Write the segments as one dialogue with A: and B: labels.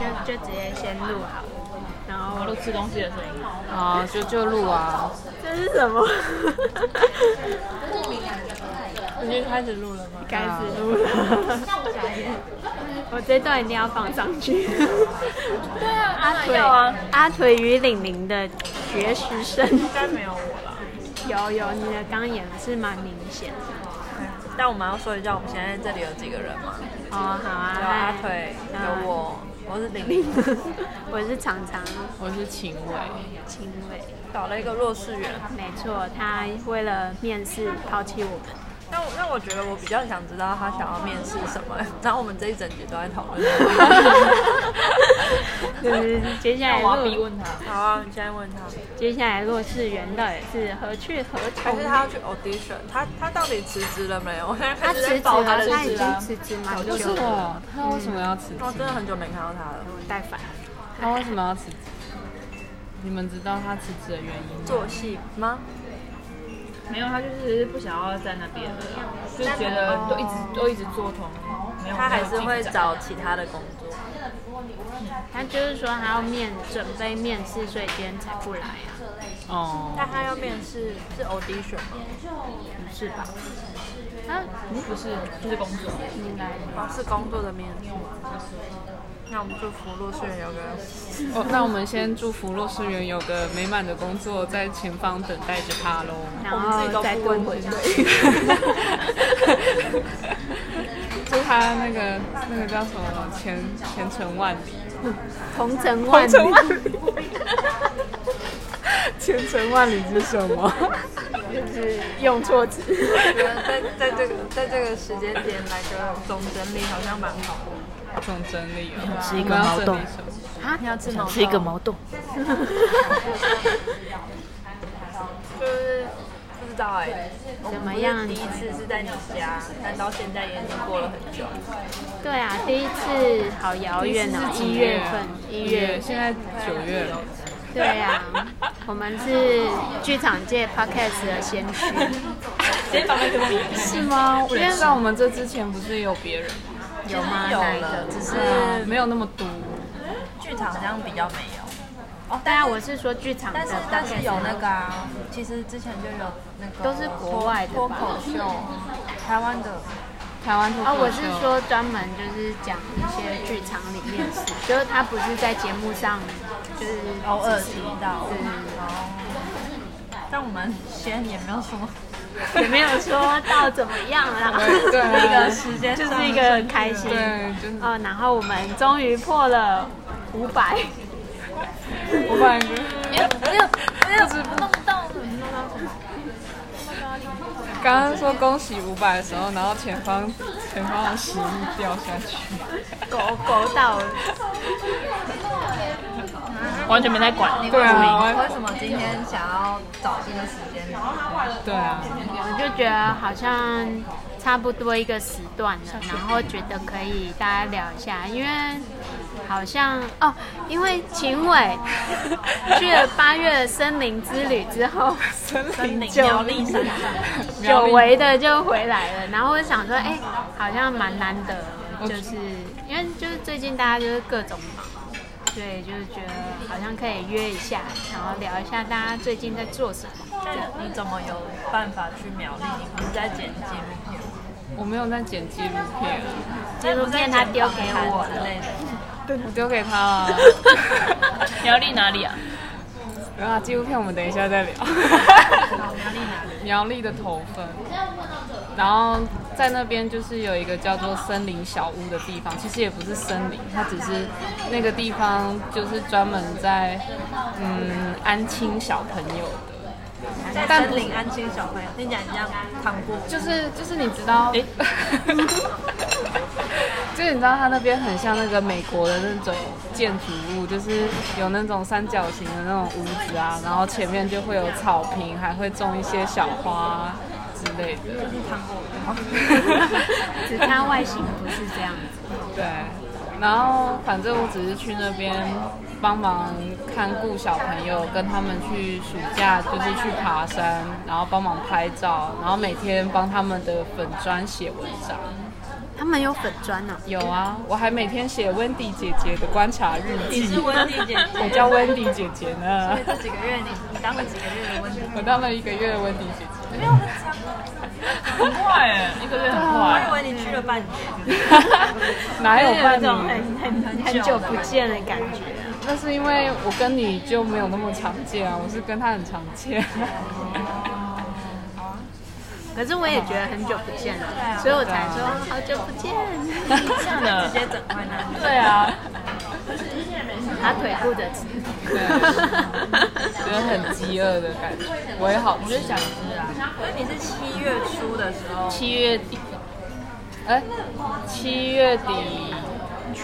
A: 就就直接先录好，然后
B: 然后录吃东西的声音。
C: 啊，就就录啊，
A: 这是什 么？
B: 已经开始录了吗？啊
A: 开始 录了，我这段一定要放上去。对啊，阿腿
B: 要啊
A: 阿腿与玲玲的绝食生，
B: 应该没有我啦。
A: 有有，你的刚演是蛮明显的。
B: 但我们要说一下，我们现在这里有几个人嘛？
A: 哦，好啊，
B: 有阿腿，有我，我是玲玲，
A: 嗨， 我是常常
C: 我是秦伟，
A: 秦伟，
B: 搞了一个弱势员。
A: 没错，他为了面试抛弃我们。
B: 但我但我觉得我比较想知道他想要面试什么，然后我们这一整集都在讨论这个 问题。
A: 就是接
D: 哎
A: 下来
C: 我要逼
A: 落
C: 问他，
B: 好啊，你现在问他，
A: 接下来落是原到底是何去何
B: 还
A: 从
B: 是？他要去 audition？他他到底辞职了没有？我现在
A: 他
B: 开
A: 辞职
B: 始在
A: 了，
B: 找他的
A: 他
B: 辞
A: 已
B: 职啊
A: 经。辞职蛮
C: 就
A: 久
C: 是
A: 了，
C: 的，他为什么要辞
B: 我
D: 哦
B: 真
C: 职
B: 的？很久没看到他了，
A: 带反。
C: 他为什么要辞职？你们知道他辞职的原因吗？
B: 做戏吗？
D: 没有，他就是不想要在那边了啦，就觉得
C: 哦
D: 都一直都一直做同，没有
B: 他还是会。
D: 没有进展
B: 找其他的工作。
A: 他就是说他要面准备面试，所以今天才不来啊，
C: 哦
B: 但，他要面试是 audition 吗？
A: 不是吧？他
D: 不是，就是工作。
A: 应该
B: 哦，是工作的面试。那我们祝福陆顺有个
C: 哦那我们先祝福洛世元有个美满的工作在前方等待着他喽。
A: 然后再跟回
C: 祝他那个那个叫什么前前程万里，
A: 同城万里，
C: 里，前程万里是什么？
A: 就是用错词。
B: 我
A: 啊
B: 觉得在在这个在这个时间点来个总整理好像蛮好的。
C: 总整理哦，
E: 是一
C: 我
E: 个
C: 们要
E: 毛
C: 整
E: 洞
C: 理，什么？
A: 啊，你要吃毛
E: 是一个毛 洞。
B: 就是不知道哎、
A: 怎么样
B: 第一次是在你家，但到现在也已经过了很久。
A: 对啊，第一次好遥远哦，一
C: 是几
A: 月
C: 啊
A: 份，一
C: 一
A: 月
C: 月，，现在九月了，
A: 对啊，我们是剧场界 podcast 的先驱，
D: 先把麦克风移开
C: 是吗？因为在我们这之前不是有别人吗，
A: 有吗？
B: 有
A: 哪一
B: 了
A: 个？，
B: 只是
C: 没有那么多。
B: 剧场好像比较没有。
A: 哦，当然我是说剧场的
B: 但
A: podcast
B: 是
A: 的，
B: 但是有那个啊，其实之前就有那个
A: 都是国外的
B: 脱
A: 吧
B: 口秀，台湾的
C: 台湾脱
A: 哦，
C: 口
A: 我
C: 秀
A: 是说专门就是讲一些剧场里面的事，就是他不是在节目上，就是嗯
B: 偶尔提到。
A: 对
B: 但我们先也没有什么，
A: 也没有说到怎么样啦，
C: 对啊
B: 那个时间
A: 就
B: 上
A: 是一个很开心。
C: 对，就是
A: 哦，然后我们终于破了五百，
C: 我本来就刚刚说恭喜五百的时候，然后前方前方的食物掉下去，
A: 狗狗到了
D: 完全没在管。
C: 对啊，
B: 为什么今天想要找这个时间呢？
C: 对啊，
A: 我就觉得好像差不多一个时段了，然后觉得可以大家聊一下，因为好像哦，因为秦伟 去了八月的森林之旅之后，
C: 森林
B: 苗栗山上，
A: 久违的就回来了，然后我想说，哎、好像蛮难得的，
C: 我
A: 就是因为就是最近大家就是各种忙。所以就是觉得好像可以约一下，然后聊一下大家最近在做什么。
B: 你怎么有办法去苗栗？你不是在剪纪录片吗？
C: 我没有在剪纪录片，哎
A: 纪录片他丢给我
B: 之类
A: 了，
B: 的。
C: 我丢给他了。
D: 苗栗哪里啊？
C: 然后纪录片我们等一下再聊。苗栗的头分，然后在那边就是有一个叫做森林小屋的地方，其实也不是森林，它只是那个地方就是专门在嗯安亲小朋友的，
B: 在
C: 但
B: 森林安亲小朋友，听起来很像糖果。
C: 就是就是你知道， 就是你知道它那边很像那个美国的那种建筑物，就是有那种三角形的那种屋子啊，然后前面就会有草坪，还会种一些小花之类的。
A: 只看外形不是这样子。
C: 对，然后反正我只是去那边帮忙看顾小朋友，跟他们去暑假就是去爬山，然后帮忙拍照，然后每天帮他们的粉砖写文章。
A: 他们有粉砖呢、
C: 有啊，我还每天写温迪姐姐的观察日记。
B: 是温蒂姐
C: 我
B: 姐。
C: 叫温迪姐姐呢，
B: 这几个月你你当了几个月的温蒂？
C: 我当了一个月的温迪姐姐。
D: 很快哎，一个月很
B: 我
D: 快
B: 以。为你去了半年。
C: 哪有
A: 啊
C: 办
D: 种
C: 理？
A: 很久不见的感觉。啊
C: 那是因为我跟你就没有那么常见啊，我是跟他很常见。
A: 可是我也觉得很久不见了，所以我才说好久不见。
D: 真的
B: 直接整块拿去。
D: 对啊，
A: 他腿顾着吃。
C: 觉得 很饥饿的感觉，我也好
D: 我
C: 吃
D: 就。想吃啊。
B: 所以你是七月初的时候，
C: 七月底，哎、七月底去，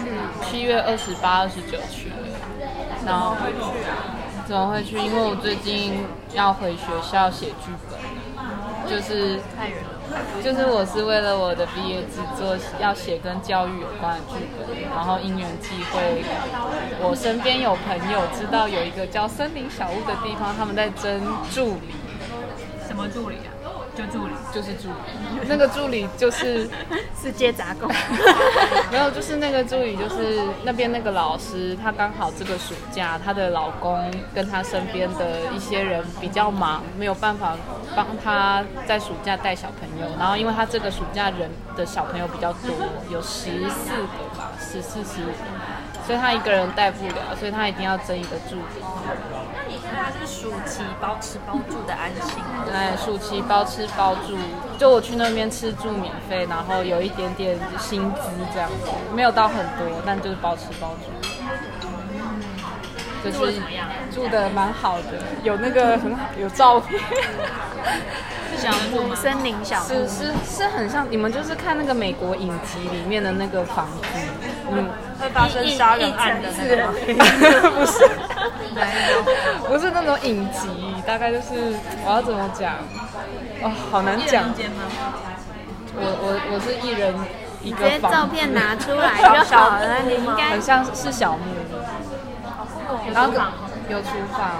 C: 七月二十八、二十九去的，然后会去啊？怎么会去？因为我最近要回学校写剧本，就是太远了。就是我是为了我的毕业制作要写跟教育有关的剧本，然后因缘际会，我身边有朋友知道有一个叫森林小屋的地方，他们在争助理，
D: 什么助理啊？就助理。
C: 就是助理，那个助理就是
A: 世界杂工，
C: 没有，就是那个助理，就是那边那个老师，她刚好这个暑假，她的老公跟她身边的一些人比较忙，没有办法帮她在暑假带小朋友。然后，因为她这个暑假人的小朋友比较多，有十四个吧，十四十五个，所以她一个人带不了，所以她一定要争一个助理。
B: 他是暑期包吃包住的安心。
C: 哎，暑期包吃包住，就我去那边吃住免费，然后有一点点薪资这样子，没有到很多，但就是包吃包住。就是住的蛮好的，有那个很好，有照片，
A: 小木森林小木，
C: 是是是很像你们就是看那个美国影集里面的那个房子，嗯，
B: 会发生杀人案的那个吗？
C: 不是， 不是那种影集，大概就是我要怎么讲，哦，好难讲，我我我是一人一
A: 直接
C: 个
A: 照
C: 房，
A: 片拿出 来就好了。你应该
C: 很像是小木屋，然后有厨房，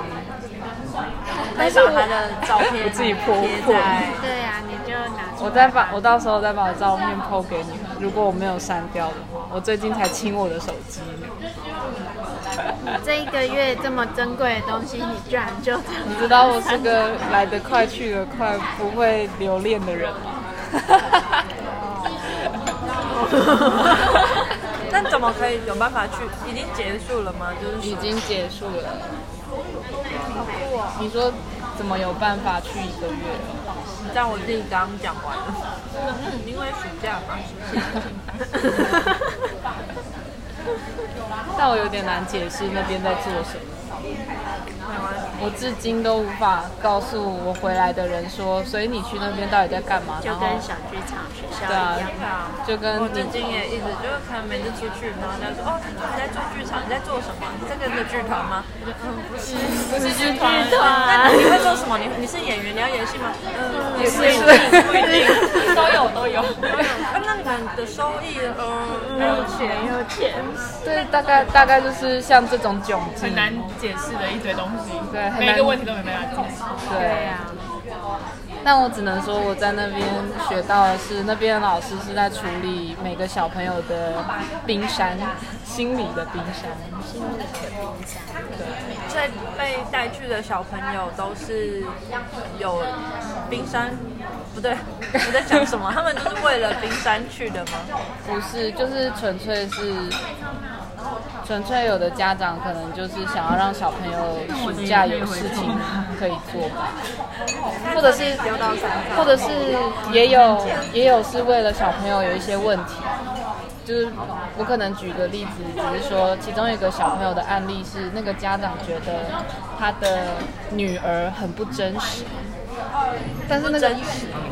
B: 会把他的照 片
C: 我自己泼
B: 贴
C: 泼
B: 在
A: 对啊，你就拿出来。
C: 我再把我到时候再把我照片 PO 给你们，如果我没有删掉的话，我最近才清我的手机，
A: 这一个月这么珍贵的东西，你居然就
C: 你知道我是个来得快去得快，不会留恋的人吗？
B: 那怎么可以有办法去？已经结束了吗？就是
C: 已
B: 暑
C: 经结束了。你说怎么有办法去一个 月？
B: 这样我自己刚刚讲完了。嗯，因为暑假嘛，
C: 但我有点难解释那边在做什么。我至今都无法告诉我回来的人说，所以你去那边到底在干嘛？
A: 就
C: 然后
A: 跟小剧场学校
C: 对啊
A: 一样。，
C: 就跟
B: 我
C: 你
B: 至今也一直就是可能每次出去，然后人家说哦，你在做剧场，你在做什么？你在跟着剧团吗？我就嗯，不是，不是剧团。那你会做什么？你你是演员，你要演戏吗？啊嗯，也不一定，不一定，
C: 都有都有。
B: 啊，那你们的收益，嗯，没有钱，
A: 有钱，
C: 对，大概大概就是像这种窘境，
D: 很难解释的一堆东西，
C: 对很难
D: 每一个问题都没办法解释。
A: 对
C: 对。
A: 啊，
C: 但我只能说，我在那边学到的是，那边的老师是在处理每个小朋友的冰山，心理的冰山。
B: 所以被带去的小朋友都是有冰山，不对，我在讲什么？他们都是为了冰山去的吗？
C: 不是，就是纯粹是，纯粹有的家长可能就是想要让小朋友暑假有事情可以做吧，或者是或者是也有也有是为了小朋友有一些问题，就是我可能举个例子，只是说其中一个小朋友的案例是那个家长觉得他的女儿很不真实，但是那个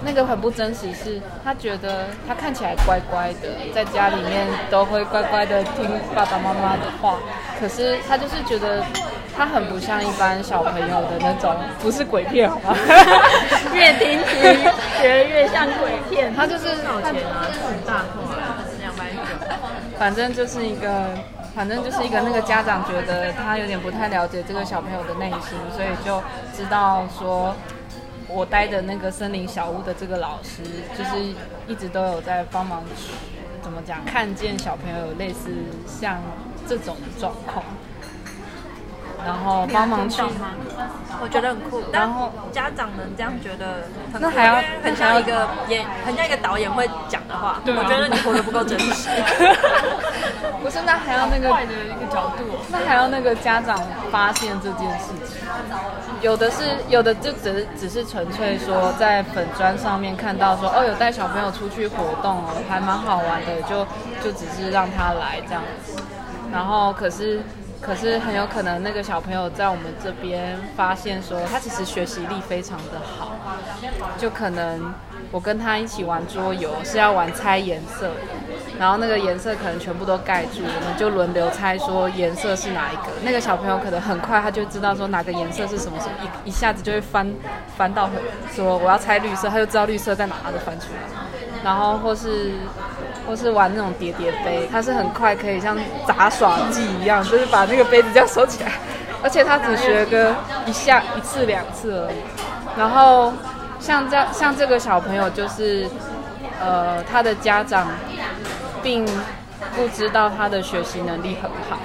C: 那个很不真实是，他觉得他看起来乖乖的，在家里面都会乖乖的听爸爸妈妈的话，可是他就是觉得他很不像一般小朋友的那种，不是鬼片啊 好吗？
A: 越听 听觉得越像鬼片。
C: 他就是他
B: 大破了，两百九。
C: 反正就是一个，反正就是一个那个家长觉得他有点不太了解这个小朋友的内心，所以就知道说，我待的那个森林小屋的这个老师，就是一直都有在帮忙怎么讲，看见小朋友有类似像这种状况，然后帮忙去
B: 你有听到吗我觉得很酷。
C: 然后
B: 但家长们这样觉得很酷，
C: 那还要
B: 因为很像一个演，很像一个导演会讲的话。
C: 对啊
B: 我觉得你活得不够 真 实。
C: 不是，那还要那个
D: 坏的一个角度哦。
C: 那还有那个家长发现这件事情，有的是有的就只是只是纯粹说在粉砖上面看到说哦有带小朋友出去活动哦，还蛮好玩的，就就只是让他来这样子。然后可是可是很有可能那个小朋友在我们这边发现说他其实学习力非常的好，就可能我跟他一起玩桌游是要玩猜颜色的，然后那个颜色可能全部都盖住，我们就轮流猜说颜色是哪一个。那个小朋友可能很快他就知道说哪个颜色是什么，一一下子就会翻翻到说我要猜绿色，他就知道绿色在哪，他就翻出来。然后或是或是玩那种叠叠杯，他是很快可以像杂耍技一样，就是把那个杯子这样收起来，而且他只学个一下一次两次而已。然后像这像这个小朋友就是，呃，他的家长并不知道他的学习能力很好，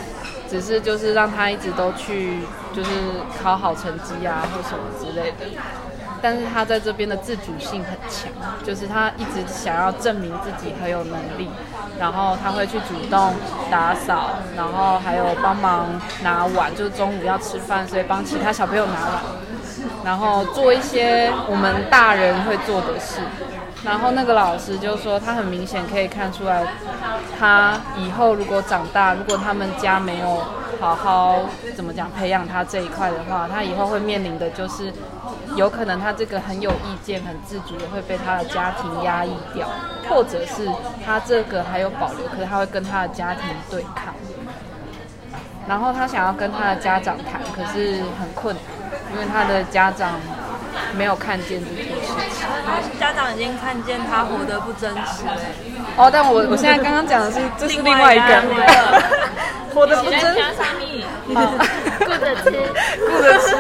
C: 只是就是让他一直都去就是考好成绩啊或什么之类的。但是他在这边的自主性很强，就是他一直想要证明自己很有能力，然后他会去主动打扫，然后还有帮忙拿碗，就是中午要吃饭，所以帮其他小朋友拿碗，然后做一些我们大人会做的事。然后那个老师就说，他很明显可以看出来，他以后如果长大，如果他们家没有好好怎么讲培养他这一块的话，他以后会面临的就是，有可能他这个很有意见、很自主的会被他的家庭压抑掉，或者是他这个还有保留，可是他会跟他的家庭对抗。然后他想要跟他的家长谈，可是很困难，因为他的家长没有看见这件事情。
B: 家长已经看见他活得不真实了。
C: 哦，但我我现在刚刚讲的是，这是另外一个
B: 另外一个，
C: 活的不
D: 你 在
C: 真，
D: 加上你，
A: 顾着吃，
C: 顾着吃。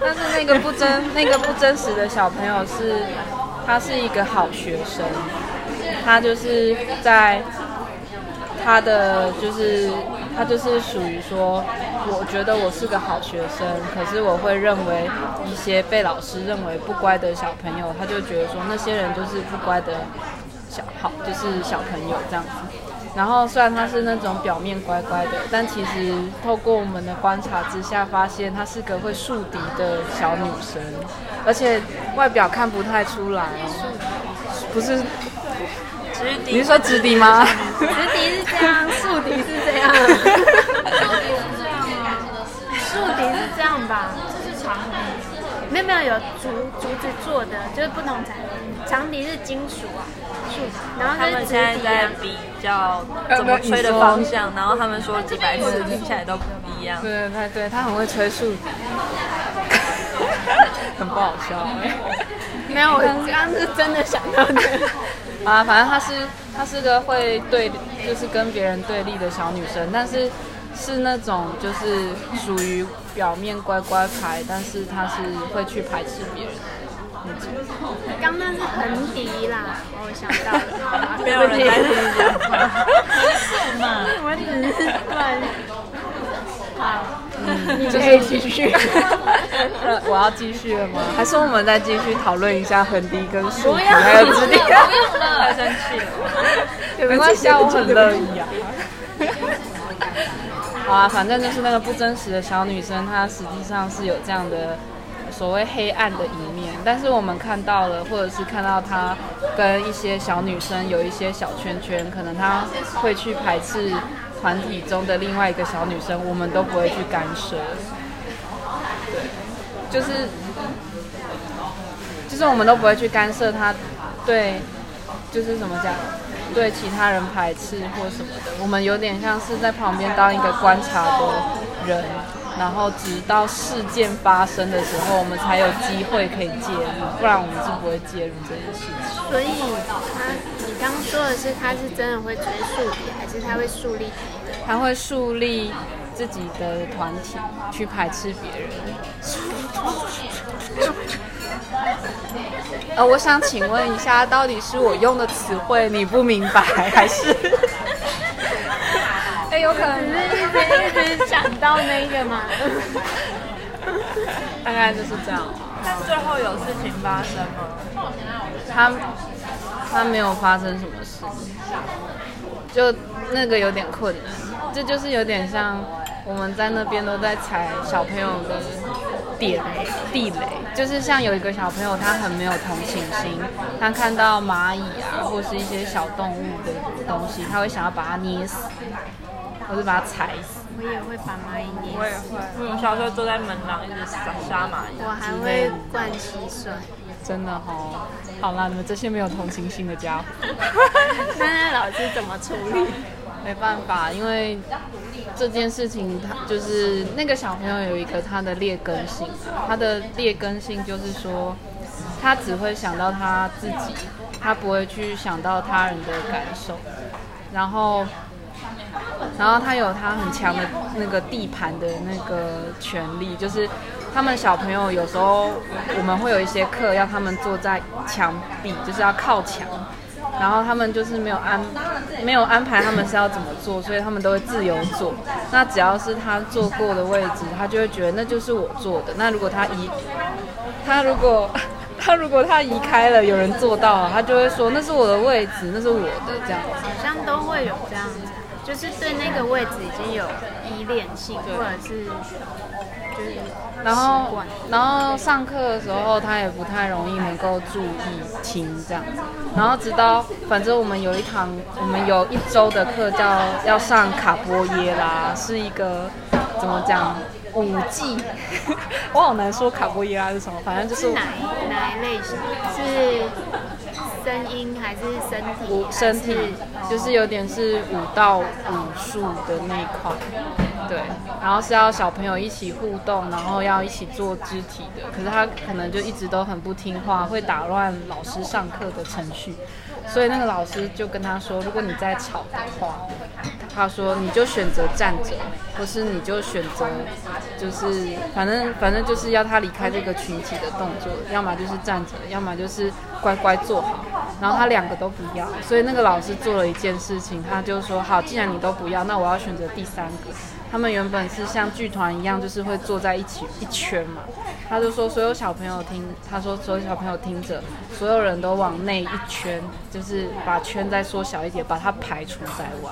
C: 但是那个不真，那个不真实的小朋友是，他是一个好学生，他就是在他的就是他就是属于说，我觉得我是个好学生，可是我会认为一些被老师认为不乖的小朋友，他就觉得说那些人就是不乖的小好，就是小朋友这样子。然后虽然他是那种表面乖乖的，但其实透过我们的观察之下，发现她是个会树敌的小女生，而且外表看不太出来哦，不是
B: 直
C: 你
B: 敌
C: 是说直敌吗？
A: 直笛是这样，竖笛是这样，竖笛是这样吧？
D: 这是长笛，
A: 没有没有，有竹竹子做的，就是不同材料。长笛是金属啊，树，然后
B: 他
A: 就是
B: 们
A: 直
B: 现在
A: 笛啊
B: 在。比较
C: 呃
B: 怎么吹的方向，然后他们说几百次听起来都不一样。
C: 对对对，他很会吹树敌， 很不好笑欸、
A: 没有，我刚刚是真的想到这个。
C: 啊，反正她是她是个会对，就是跟别人对立的小女生，但是是那种就是属于表面乖乖牌，但是她是会去排斥别人的那种。
A: 刚刚是横笛啦，哦我想到了。
B: 没有人在听你讲话。
D: 是嘛？
A: 我只是断。好，你
C: 就
A: 可
C: 是
A: 以继续。
C: 呃我要继续了吗？还是我们再继续讨论一下横笛跟竖笛，
A: 不要
C: 还有直笛？
D: 不用
B: 太
D: 了，
B: 生气了，
C: 没关系啊，我很乐意啊。 好啊，反正就是那个不真实的小女生，她实际上是有这样的所谓黑暗的一面，但是我们看到了，或者是看到她跟一些小女生有一些小圈圈，可能她会去排斥团体中的另外一个小女生，我们都不会去干涉。对，就是就是我们都不会去干涉她对就是怎么讲，对其他人排斥或什么的，我们有点像是在旁边当一个观察的人，然后直到事件发生的时候，我们才有机会可以介入，不然我们是不会介入这件事情。
A: 所以他，你刚刚说的是他是真的会追树敌，还是他会树立？
C: 他会树立自己的团体去排斥别人，呃，我想请问一下，到底是我用的词汇你不明白，还是？ 哎、有可能
A: 一直一直想到那个 嘛，
C: 大概就是这样。
B: 但最后有事情发生吗？
C: 他他没有发生什么事，就那个有点困难，这就是有点像我们在那边都在踩小朋友的点地雷，就是像有一个小朋友他很没有同情心，他看到蚂蚁啊或是一些小动物的东西，他会想要把它捏死，或是把它踩死。
A: 我也会把蚂蚁捏
B: 我也
A: 死，
B: 会，我嗯小时候坐在门廊一直杀杀蚂蚁。
A: 我还会灌汽水。
C: 真的哦，好啦，你们这些没有同情心的家伙。
A: 那 那老师怎么处理？
C: 没办法，因为这件事情，他就是那个小朋友有一个他的劣根性啊，他的劣根性就是说，他只会想到他自己，他不会去想到他人的感受，然后，然后他有他很强的那个地盘的那个权利，就是他们小朋友有时候我们会有一些课要他们坐在墙壁，就是要靠墙。然后他们就是没有安没有安排他们是要怎么做，所以他们都会自由做。那只要是他坐过的位置，他就会觉得那就是我做的。那如果他移， 他如果他如果他移开了，有人坐到了，他就会说那是我的位置，那是我的这样子。
A: 好像都会有这样子，就是对那个位置已经有依恋性，或者是就是
C: 然
A: 习
C: 后
A: 惯
C: 然后上课的时候，他也不太容易能够注意听这样子。然后直到反正我们有一堂，我们有一周的课叫要上卡波耶拉，是一个怎么讲舞技， 我好难说卡波耶拉是什么，反正就是
A: 是哪一哪一类型？是声音还是身体
C: 舞？身体
A: 还
C: 就是有点是舞蹈武术的那一块，对，然后是要小朋友一起互动，然后要一起做肢体的，可是他可能就一直都很不听话，会打乱老师上课的程序，所以那个老师就跟他说，如果你在吵的话，他说你就选择站着，或是你就选择就是反正反正就是要他离开这个群体的动作，要么就是站着，要么就是乖乖坐好。然后他两个都不要，所以那个老师做了一件事情，他就说好，既然你都不要，那我要选择第三个。他们原本是像剧团一样，就是会坐在一起一圈嘛。他就说所有小朋友听，他说所有小朋友听着，所有人都往内一圈，就是把圈再缩小一点，把它排除在外。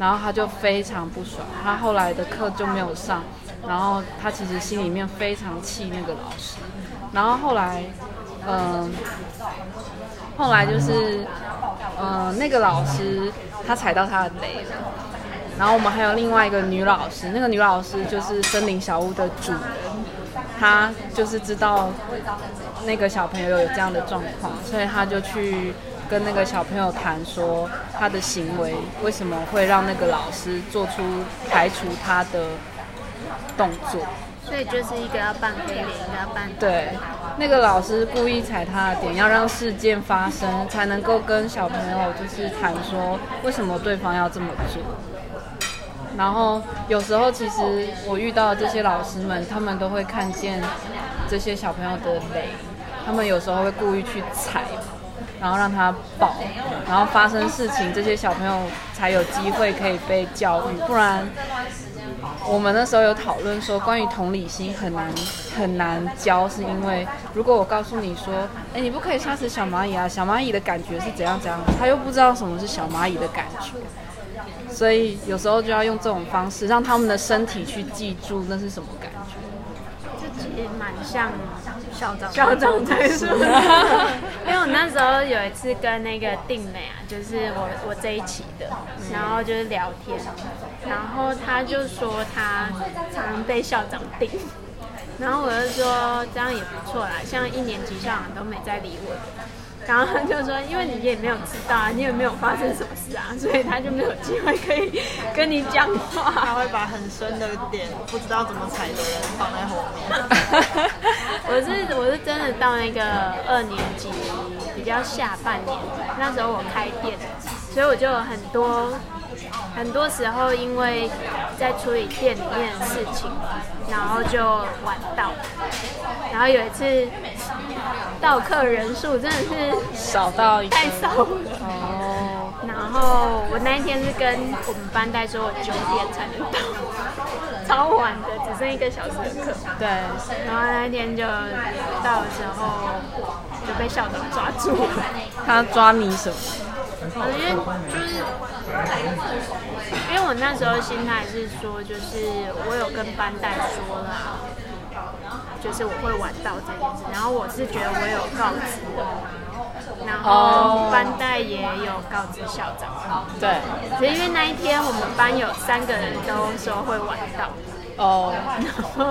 C: 然后他就非常不爽，他后来的课就没有上，然后他其实心里面非常气那个老师，然后后来，嗯、后来就是，嗯、那个老师他踩到他的雷了，然后我们还有另外一个女老师，那个女老师就是森林小屋的主人，她就是知道那个小朋友有这样的状况，所以她就去跟那个小朋友谈说他的行为为什么会让那个老师做出排除他的动作。
A: 所以就是一个要扮黑脸，一个要扮
C: 对，那个老师故意踩他的点，要让事件发生，才能够跟小朋友就是谈说为什么对方要这么做。然后有时候其实我遇到的这些老师们，他们都会看见这些小朋友的雷，他们有时候会故意去踩，然后让他爆，然后发生事情，这些小朋友才有机会可以被教育，不然我们那时候有讨论说，关于同理心很难很难教，是因为如果我告诉你说，哎，你不可以杀死小蚂蚁啊，小蚂蚁的感觉是怎样怎样，他又不知道什么是小蚂蚁的感觉，所以有时候就要用这种方式，让他们的身体去记住那是什么感觉。
A: 这其实蛮像校长
C: 校长才是
A: 因为我那时候有一次跟那个定美啊，就是我我这一期的，
C: 嗯
A: 然后就是聊天，然后他就说他常被校长定，然后我就说这样也不错啦，像一年级校长都没再理我。然后他就说，因为你也没有知道啊，你也没有发生什么事啊，所以他就没有机会可以跟你讲话。
B: 他会把很深的点不知道怎么踩的人放在后面。
A: 我是我是真的到那个二年级比较下半年，那时候我开店，所以我就有很多很多时候因为在处理店里面的事情，然后就晚到。然后有一次到客人数真的是
C: 少到一个
A: 太少了。
C: 哦，
A: 然后我那一天是跟我们班代说，我九点才能到，超晚的，只剩一个小时的课。
C: 对，
A: 然后那一天就到的时候就被校长抓住了，
C: 他抓你什么？
A: 因为就是因为我那时候心态是说，就是我有跟班代说了，就是我会晚到这件事，然后我是觉得我有告知的，然后班代也有告知校长，
C: 对，
A: 只是因为那一天我们班有三个人都说会晚到。
C: 哦，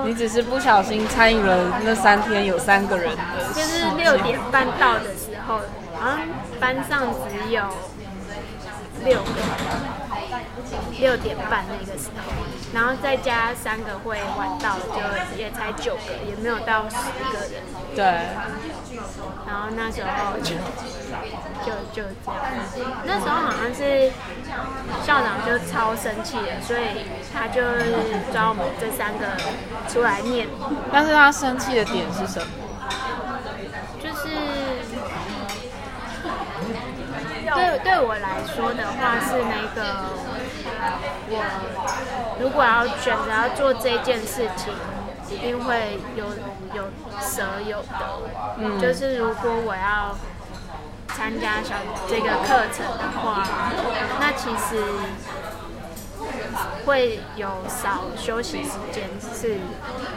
C: 你只是不小心参与了那三天有三个人的，
A: 就是六点半到的时候，好像班上只有六个，六点半那个时候，然后再加三个会晚到的，就也才九个，也没有到十个人。
C: 对，
A: 然后那时候就就就这样，那时候好像是校长就超生气的，所以他就抓我们这三个出来念，
C: 但是他生气的点是什么？
A: 就是对对我来说的话是那个，我如果要选择要做这件事情，一定会有有舍有得。嗯，就是如果我要参加小这个课程的话，那其实会有少休息时间是，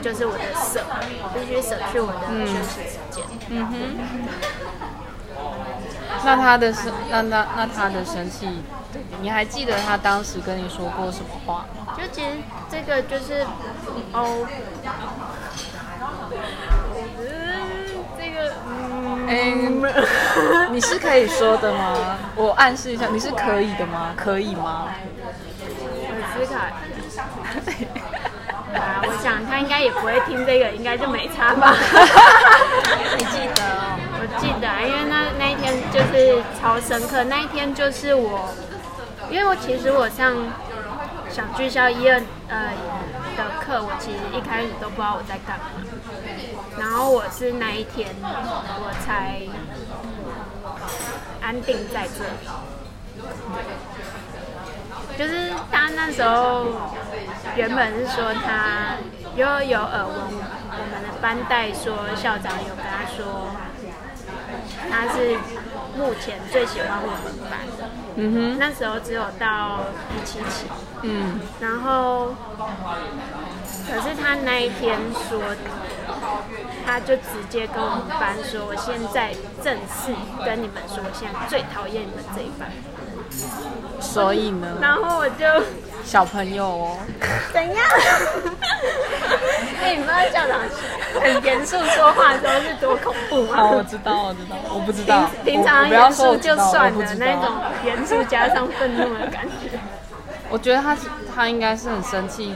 A: 就是我的舍，我必须舍去我的休息时间。
C: 那他的生，那那那他的生气，对你还记得他当时跟你说过什么话吗？
A: 就其实这个就是哦，嗯，这个嗯，
C: 嗯， 你是可以说的吗？我暗示一下，你是可以的吗？可以吗？
A: 我思考。啊，我想他应该也不会听这个，应该就没差吧。
B: 你记得哦，
A: 我记得啊，因为那那一天就是超深刻，那一天就是我，因为我其实我上小聚校一二呃的课，我其实一开始都不知道我在干嘛，然后我是那一天我才安定在这里。就是他那时候原本是说他，因为有耳闻我们的班代说校长有跟他说，他是目前最喜欢我们班的。
C: 嗯哼。
A: 那时候只有到一七七，
C: 嗯，
A: 然后可是他那一天说，他就直接跟我们班说，我现在正式跟你们说，我现在最讨厌你们这一班。
C: 所以呢，
A: 然后我就。
C: 小朋友哦，
A: 怎样？ 哎、你不知道校长很严肃说话的时候是多恐怖吗？
C: 好，我知道，我知道，我不知道，
A: 平平
C: 我
A: 常
C: 我不要
A: 严
C: 说
A: 肃
C: 我知
A: 就
C: 道
A: 算
C: 我
A: 了
C: 不，知道
A: 那种严肃加上愤怒的感觉。
C: 我觉得他他应该是很生气，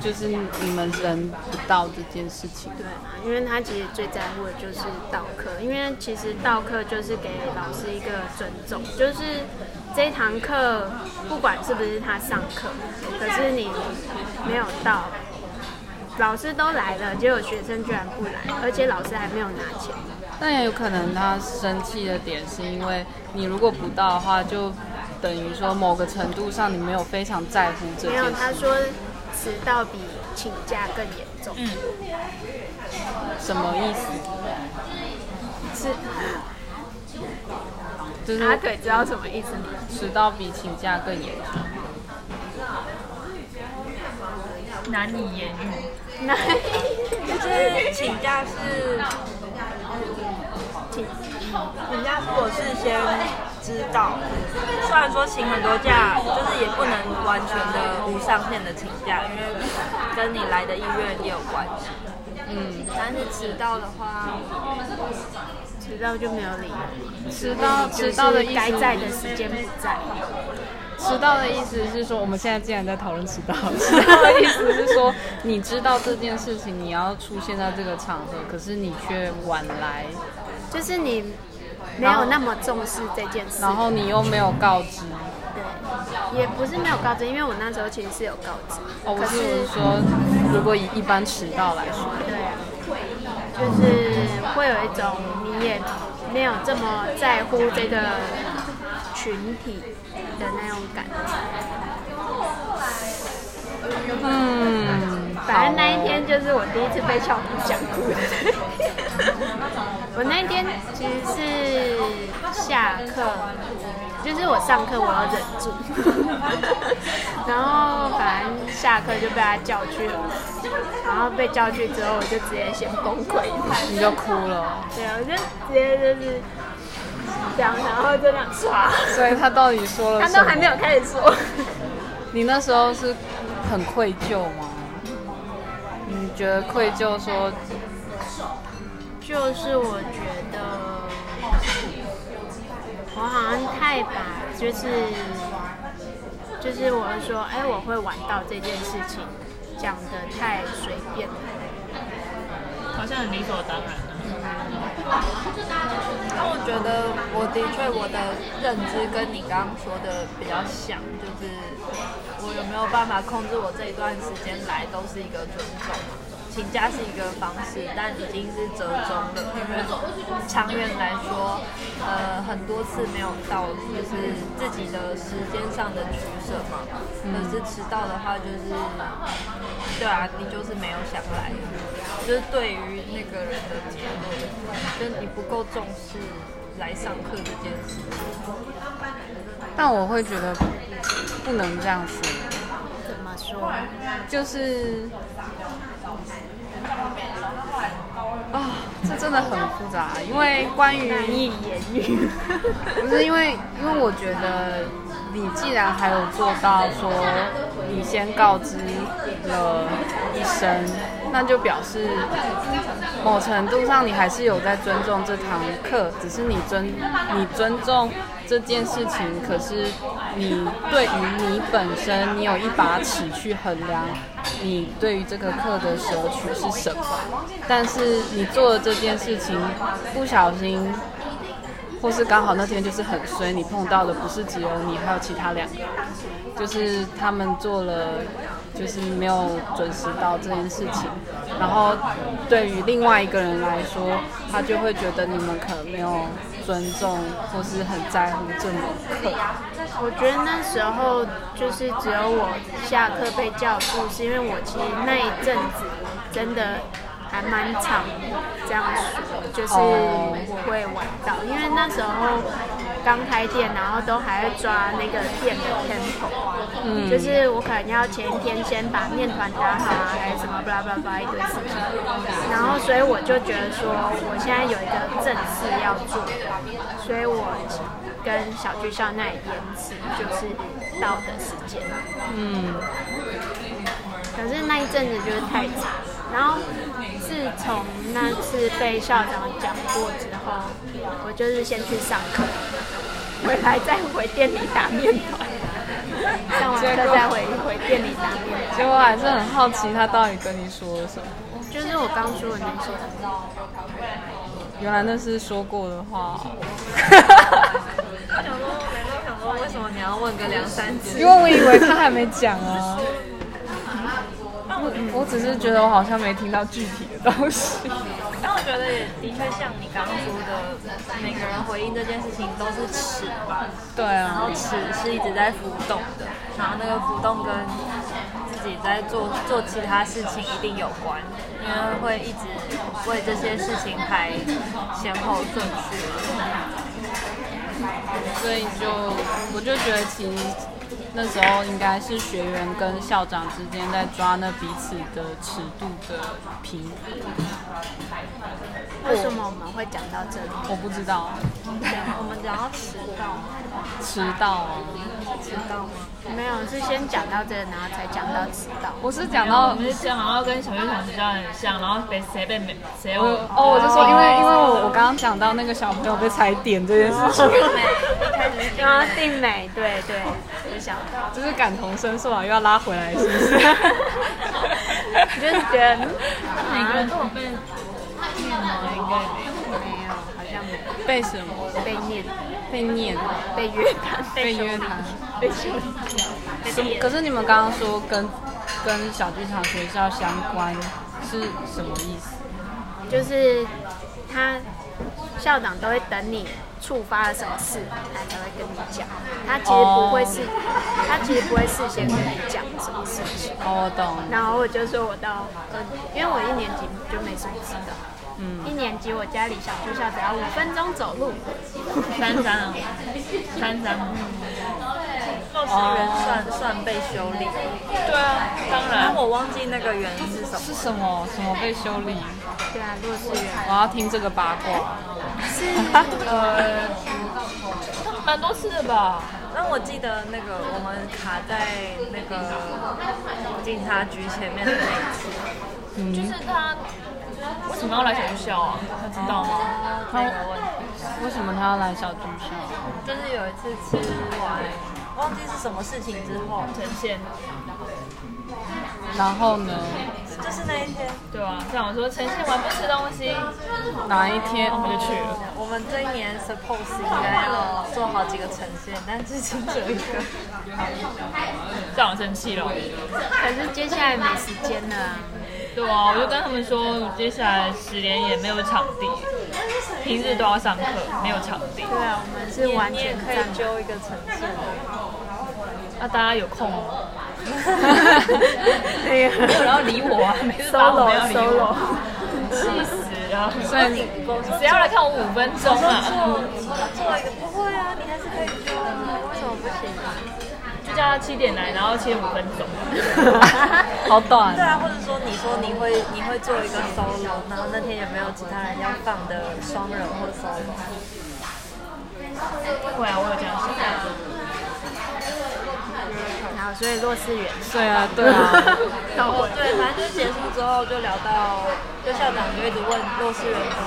C: 就是你们人不到这件事情。
A: 对啊，因为他其实最在乎的就是到课，因为其实到课就是给老师一个尊重，就是这堂课不管是不是他上课，可是你没有到，老师都来了，结果学生居然不来，而且老师还没有拿钱。
C: 但也有可能他生气的点是因为你如果不到的话，就等于说某个程度上你没有非常在乎这
A: 没
C: 件
A: 有，他
C: 事。
A: 说迟到比请假更严重。
C: 什么意思？
A: 是
C: 就
A: 阿
C: 是
A: 腿知道什么意思吗？
C: 迟到比请假更严重。
D: 难以言喻。
A: 那
B: 就是请假是
A: 请
B: 请假是我事先知道，虽然说请很多假，就是也不能完全的无上限的请假，因为跟你来的意愿也有关系。
C: 嗯，
B: 但是迟到的话，
A: 迟到就没有理由，
C: 迟到
A: 就
C: 迟到的
A: 是
C: 意
A: 该
C: 思，
A: 在的时间不在。
C: 迟到的意思是说，我们现在竟然在讨论迟到。 迟到的意思是说，你知道这件事情，你要出现在这个场合，可是你却晚来，
A: 就是你没有那么重视这件事，
C: 然后你又没有告知，
A: 对，也不是没有告知，因为我那时候其实是有告知，
C: 哦，我
A: 可
C: 是
A: 是
C: 说，如果以一般迟到来说，
A: 对啊，就是会有一种你也没有这么在乎这个群体的那种感觉。
C: 嗯，
A: 反正那一天就是我第一次被校服讲哭的。我那一天其实是下课，就是我上课我要忍住， 然后反正下课就被他叫去了，然后被叫去之后我就直接先崩溃一下。
C: 你就哭了，
A: 对，我就直接就是这样，然后就这样刷，
C: 所以他到底说了
A: 他
C: 什么？
A: 都还没有开始说，
C: 你那时候是很愧疚吗？你觉得愧疚说，
A: 就是我觉得我好像太把就是就是我说哎、我会晚到这件事情讲的太随便了，
D: 好像很理所当然啊。
B: 但我觉得我的确我的认知跟你刚刚说的比较像，就是我有没有办法控制我这一段时间来都是一个尊重嘛。请假是一个方式，但已经是折中了。因为长远来说，呃，很多次没有到，就是自己的时间上的取舍嘛。
D: 嗯
B: 可是迟到的话，就是对啊，你就是没有想来，就是对于那个人的结论，就是你不够重视来上课这件事。
C: 但我会觉得不能这样说。
A: 怎么说？
C: 就是啊、这真的很复杂，因为关于
A: 难以言喻。
C: 不是因为，因为我觉得你既然还有做到说你先告知了医生，那就表示某程度上你还是有在尊重这堂课，只是你尊你尊重这件事情，可是你对于你本身，你有一把尺去衡量你对于这个课的舍取是什么，但是你做了这件事情，不小心或是刚好那天就是很衰，你碰到的不是只有你，还有其他两个人，就是他们做了就是没有准时到这件事情，然后对于另外一个人来说，他就会觉得你们可能没有尊重，或是很在乎这门课。
A: 我觉得那时候就是只有我下课被叫住，是因为我其实那一阵子真的还蛮常这样说，就是
C: 哦
A: 会晚到，因为那时候刚开店，然后都还会抓那个店的 tempo，、
C: 嗯
A: 就是我可能要前一天先把面团打好啊，还是什么 blah blah blah 一堆事情，然后所以我就觉得说我现在有一个正事要做，所以我跟小巨校那里延迟就是到的时间，
C: 嗯，
A: 可是那一阵子就是太长，然后自从那次被校长讲过之后，我就是先去上课，回来再回店里打面 团，上完课再回回店里打面团，
C: 结果还是很好奇他到底跟你说了什么。
A: 就是我刚说的那些。
C: 原来那是说过的话，
B: 我想说，每次都想说，为什么你要问个两三次？
C: 因为我以为他还没讲啊。我我只是觉得我好像没听到具体的东西。
B: 但我觉得也的确像你刚刚说的，每个人回应这件事情都是尺吧，
C: 对
B: 然后
C: 啊，
B: 尺是一直在浮动的，然后那个浮动跟自己在做做其他事情一定有关，因为会一直为这些事情排先后顺序嘛。
C: 所以就我就觉得，其实那时候应该是学员跟校长之间在抓那彼此的尺度的平衡。
A: 为什么我们会讲到这里？
C: 我不知道
B: 我们只要迟到，
C: 迟到啊，
B: 迟到吗？
A: 没有，是先讲到这个，然后才讲到迟 到。
C: 我是讲
D: 然后我
C: 到
B: 嗯
D: 们是这样，然后跟小学同学教很像，然后被谁被没谁
C: 我
D: 我
C: 哦，我就说因为因为我我刚刚讲到那个小朋友被踩点这件事情，
B: 一开始是
A: 然后定美，对对，就想，
C: 就是感同身受啊，又要拉回来是不是？
A: 你就是觉得嗯
D: 每个
A: 啊
D: 人都有被
A: 没有，好像没有。
C: 被什么？
A: 被念、
C: 被念，
A: 被约谈、
C: 被
A: 羞辱
C: 约谈。
A: 被羞辱。
C: 什么？可是你们刚刚说跟跟小剧场学校相关是什么意思？
A: 就是他校长都会等你触发了什么事，他才会跟你讲。他其实不会事，他其实不会事先跟你讲什么事情。
C: 哦，我懂。
A: 然后我就说我到二年，因为我一年级就没什么事的。一年级我家离小学校只要五分钟走路，
D: 三三啊，三三，
B: 幼稚园
A: 哦
B: 算算被修理，
D: 对啊，当
B: 但
D: 然，
B: 我忘记那个原因是什么。
C: 是什么？什么被修理？
A: 对啊，弱势人
C: 我要听这个八卦。
A: 是
D: 呃，蛮多次的吧，
B: 那我记得那个我们卡在那个警察局前面的那一次，
C: 嗯
D: 就是他为什么要来小学校啊？他知道吗？
C: 他为什么他要来小剧场？
B: 就是有一次吃完，忘记是什么事情之后，
D: 呈现，
C: 然后呢？
B: 就是那一天，
D: 对啊，这样我说呈现完不吃东西，
C: 哪一天？
D: 我就去了。
B: 哦我们这一年 suppose 应该要做好几个呈现，但只只有一个。
D: 这样我生气了。
A: 可是接下来没时间了啊。
D: 对啊，我就跟他们说，我接下来十连也没有场地，平日都要上课，没有场地。
A: 对啊，我们是完
B: 你也
A: 全
B: 可
A: 站
B: 以揪一个呈现，
D: 那、啊大家有 空吗？
B: 哎
A: 那个
D: 没有人要理我啊，每次发我没有人要理我，气死了！
C: 所以
B: 我说
D: 谁要来看我五分钟啊？
B: 做一个不会啊，你还是可以揪啊，为什么不行啊？
D: 就叫他七点来，然后七点五分 钟。
C: 好短
B: 对。啊，或者说你说你会你会做一个 solo，然后那天有没有其他人要放的双人或 solo？
D: 会啊，我有这样想。
A: 好，所以弱势人
C: 对啊，对 啊。
A: 到我
B: 哦对，反正就结束之后就聊到，就校长就一直问弱势人说，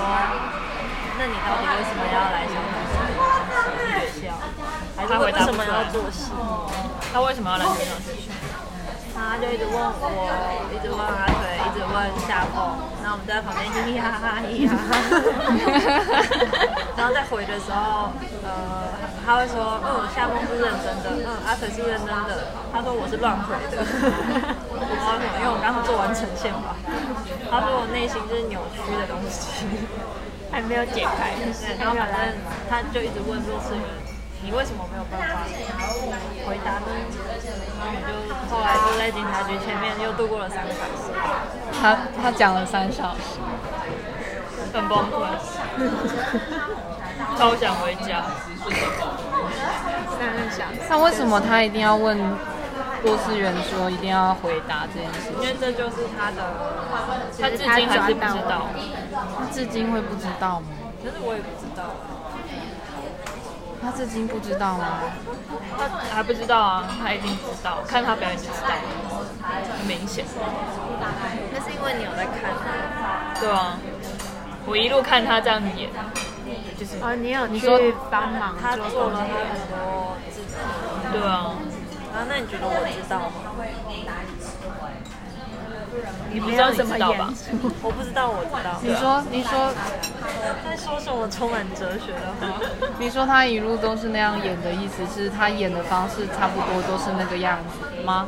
B: 那你到底为什么要来小学校？还是为什么要做戏？
D: 他为什么要来学校？
B: 然后他就一直问我，一直问阿腿，一直问夏凤，然后我们就在旁边嘻嘻哈哈嘻嘻哈哈。然后再回的时候，呃，他会说，嗯，夏风是认真的，嗯，阿腿是认真的。他说我是乱回的，我说嗯因为我刚刚做完呈现吧。他说我内心就是扭曲的东西，
A: 还没有解开，
B: 对，然后反正他就一直问弱势人，你为什么没有办法回答呢？然后我们就后来就在警察局前面又度过了三个小时。
C: 他他讲了三小时。
D: 很崩溃，超想回家。
A: 三个小时。
C: 那为什么他一定要问郭思源说一定要回答这件事
B: 因为这就是他的，
D: 他至今还是不知道，
C: 他至今会不知道吗？
B: 可是我也不知道，
C: 他至今不知道吗？
D: 他还不知道啊，他已经知道，看他表演就知道，很明显。
B: 那是因为你有在看他，
D: 对啊，我一路看他这样演，啊就是
A: 哦，你有
C: 说
A: 去帮忙
B: 他
A: 做
B: 做了他很多自己。
D: 对啊，
B: 然后那你觉得我知道吗？
D: 你不知道你知道吧
A: 严？肃
B: 我不知道，我知道。
C: 你说你说
B: 在说什么充满哲学的话？
C: 你说他一路都是那样演的意思是他演的方式差不多都是那个样子吗？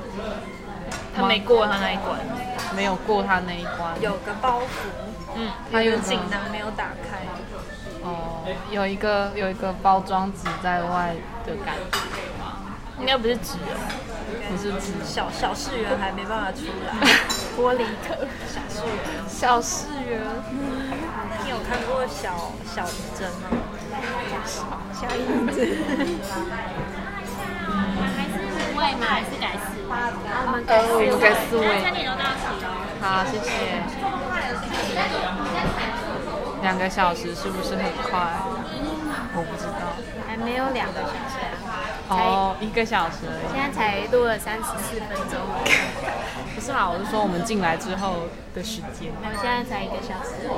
D: 他没过他那一关，
C: 没有过他那一关。
B: 有个包袱，
D: 嗯，
C: 他有
B: 有
C: 个
B: 锦囊没有打开。
C: 哦，有一个有一个包装纸在外的感觉，
D: 应该不是直的，
C: 不啊是纸。
B: 小小世园还没办法出来。
A: 玻璃壳，
C: 小世园，
B: 那你有看过小小仪针吗？
A: 小影子。
E: 位吗？还是改四位？
A: 啊我们
C: 呃，
A: 改
C: 我们给四位。
E: 三点钟到齐哦。
C: 好，谢谢。两个小时是不是很快？我不知道。
A: 还没有两个小时啊，
C: 哦，一个小时而
A: 现在才录了三十四分钟，
C: 已。不是啦，我是说我们进来之后的时 间。
A: 我现在才一个小时。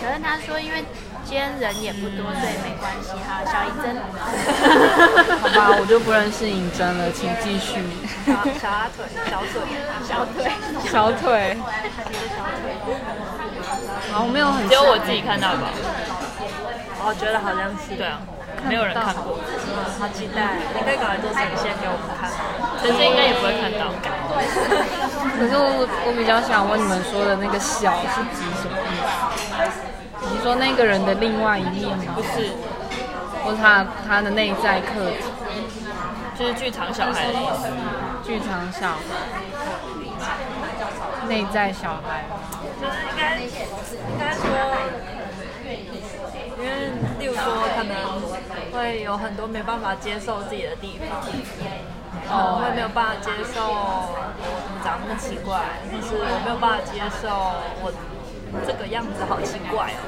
A: 可是他说，因为今天人也不多，所以没关系。好，小影 真，
C: 好吧，我就不认识银针了，请继续。
B: 小啊小阿腿，小腿，
A: 小腿。
C: 小腿。好，我没有很。
D: 只有我自己看到吧？
B: 我哦觉得好像是
D: 对啊，没有人看过，
B: 嗯，好期待，你可以赶快做呈现给我们看。
D: 但是应该也不会看到。
C: 可是我我比较想问你们说的那个小是指什么意思？你说那个人的另外一面吗？
D: 不是，
C: 或是他他的内在课题？
D: 就是剧场小孩的意思。
C: 剧场小孩，内在小孩，
B: 就是应该应该说，因为例如说可能会有很多没办法接受自己的地方，哦，会没有办法接受我长那么奇怪，就是我没有办法接受我这个样子好奇怪哦，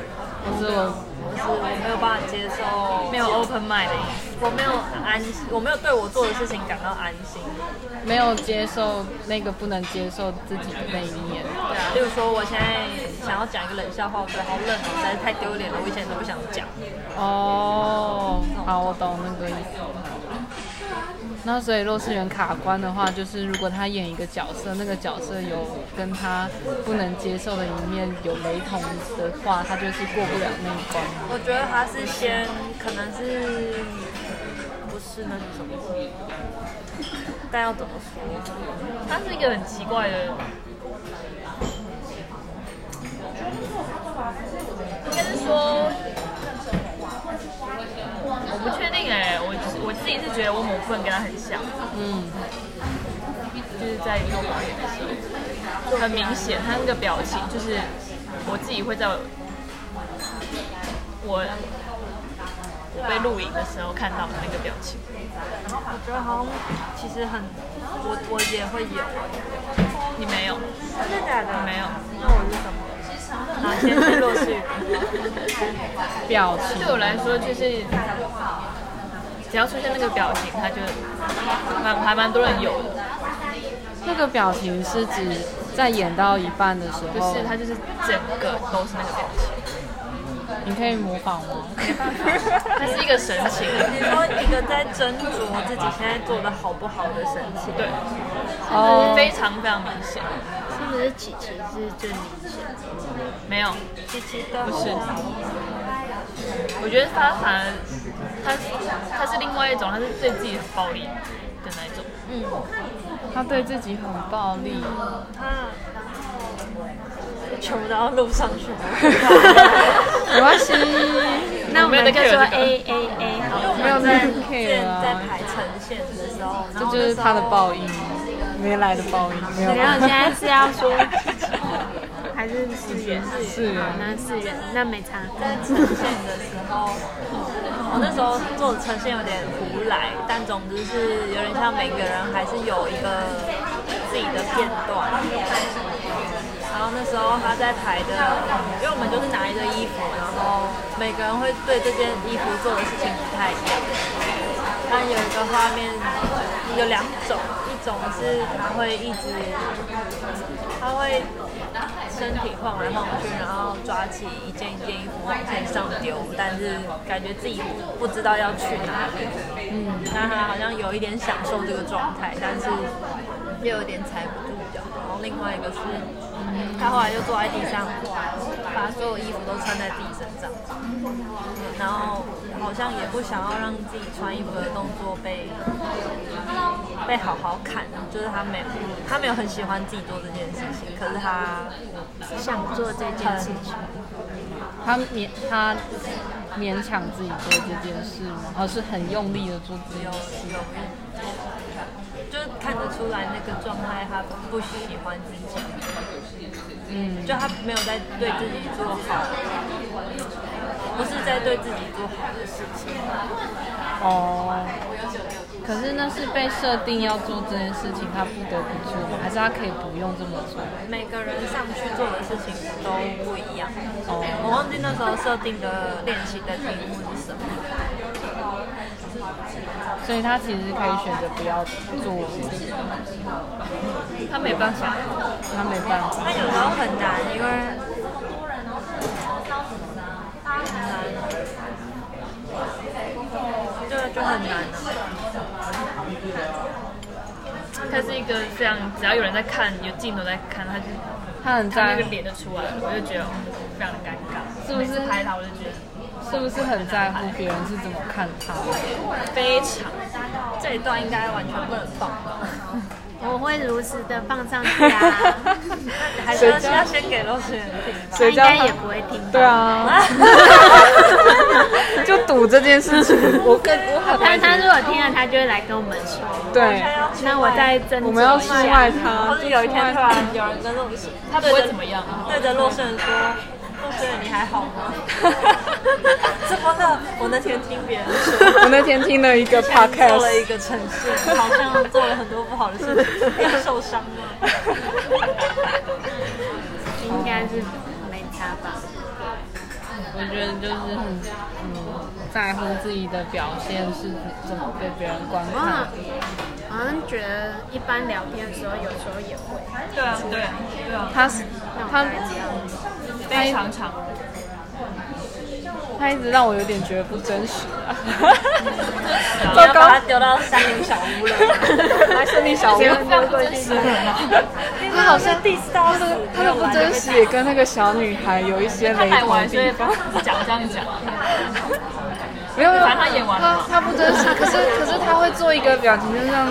C: 或是我
B: 就是我没有办法接受，
D: 没有 open mind 的意思，
B: 我没有安，我没有对我做的事情感到安心。
C: 没有接受那个不能接受自己的那一面。
B: 对啊，例如说我现在想要讲一个冷笑话，我觉得好冷哦，实在是太丢脸了，我以前都不想讲。
C: 哦，好，我懂那个意思。那所以弱势人卡关的话，就是如果他演一个角色，那个角色有跟他不能接受的一面有雷同的话，他就是过不了那一关。
B: 我觉得他是先，可能是不是那是什么？但要怎么说？
D: 它是一个很奇怪的，应该是说，我不确定哎、我我自己是觉得我某部分跟他很像，
C: 嗯，
D: 就是在做表演的时候，很明显他那个表情就是我自己会在我。我被录影的时候看到的那个表情，
B: 我觉得好像其实很，我我也会有，
D: 你没有，
B: 真的假的？
D: 没有，
B: 那我是什么？哪些是弱势人？
C: 表情
D: 对我来说，就是只要出现那个表情，他就蛮还蛮多人有的，
C: 那个表情是指在演到一半的时
D: 就
C: 候，
D: 是他就是整个都是那个表情，
C: 你可以模仿吗？
D: 它是一个神情。
B: 你说一个在斟酌自己现在做的好不好的神情，
D: 对，
C: 哦
D: 非常非常明显，
A: 是不是琪琪是最明显的？
D: 没有，
B: 其实的
D: 不是，我觉得他反而他他是另外一种，他是对自己很暴力的那一种，
C: 他对自己很暴力，
B: 他穷到路上去了。
C: 没关 系，
A: 那我们就说
D: 我没有在 care 这个
A: A A A 好了。
C: 没有在
B: 之
C: care
B: 前在
C: 啊，
B: 排呈现的时候，然
C: 这
B: 后
C: 就是他的
B: 报。
C: 报应，没来的报应，没有
A: 没有，现在是要说 还是四元？
C: 是
A: 好，那四元，那没差。
B: 在呈现的时候， 我那时候做的呈现有点胡来，但总之是有点像每个人还是有一个自己的片段。然后那时候他在排的，因为我们就是拿一个衣服，然后每个人会对这件衣服做的事情不太一样。但有一个画面有两种，一种是他会一直，他会身体晃来晃去，然后抓起一件一件衣服往天上丢，但是感觉自己不知道要去哪里。嗯，那他好像有一点享受这个状态，但是又有点踩不住脚。然后另外一个是，嗯他后来就坐在地上，把所有衣服都穿在自己身上。然后好像也不想要让自己穿衣服的动作被被好好看，就是他没有他没有很喜欢自己做这件事情，可是他
A: 想做这件事情，
C: 他勉他勉强自己做这件事吗？而是很用力的做这
B: 有
C: 件事？
B: 有，就是看得出来那个状态，他不喜欢自己，
C: 嗯，
B: 就他没有在对自己做好，不是在对自己做好的事情。
C: 哦。可是那是被设定要做这件事情，他不得不做吗？还是他可以不用这么做？
B: 每个人上去做的事情都不一样。
C: 哦
B: 我忘记那时候设定的练习的题目是什么。
C: 所以他其实可以选择不要做这件事，
D: 他没办法，
C: 他没办法。
B: 他有时候很难，因为很难，这个就很难啊。
D: 他是一个非常只要有人在看，有镜头在看，他就
C: 他很
D: 他那
C: 在
D: 个脸就出来了，我就觉得哦非常的尴尬，
C: 是不是
D: 每次拍他我就觉得
C: 是是不是很在乎别人是怎么看他的？
B: 非常，这一段应该完全不能放吧？
A: 我会如实的放上去 啊，
B: 还是要要先给肉圆听吧？
A: 他
C: 谁
A: 应
C: 叫
A: 该
C: 他
A: 也？不会听
C: 对
A: 到。
C: 啊， 就赌这件事情，我跟我很
A: 但他如果听了，他就会来跟我们说。
C: 对，
A: 那我再斟酌
C: 我们要
A: 一
C: 出
A: 下
C: 卖他，
B: 或者有一天突然有人跟肉圆，
D: 他不会怎么样啊。
B: 对着洛顺说：“洛顺，你还好吗？”怎么了？我那天听别人说，
C: 我那天听了一 个
B: 做了
C: podcast，
B: 一个呈现，好像做了很多不好的事情，要受伤了。
A: 应该是没差吧？
C: 我觉得就是很嗯在乎自己的表现是怎么被别人观
A: 我好
C: 看
B: 啊
A: 像。好像觉得一般聊天的时候，有时候也会
B: 对啊，对啊，对啊，
C: 他是
A: 那我
C: 他
A: 大概知道
D: 非常长，
C: 他一直让我有点觉得不真实啊
B: 你
C: 糟
B: 啊要
C: 糕
B: 把它，丢到山林小屋 了。
C: 来森林小屋，
B: 他好像 diss 到死，
C: 他的不真实也跟那个小女孩有一些
D: 他
C: 雷
D: 来
C: 同
D: 玩
C: 的
D: 所以
C: 地方。
D: 讲这样讲，
C: 没有没有，
D: 反正他演完了嘛
C: 他他不真实，可是可是他会做一个表情，就像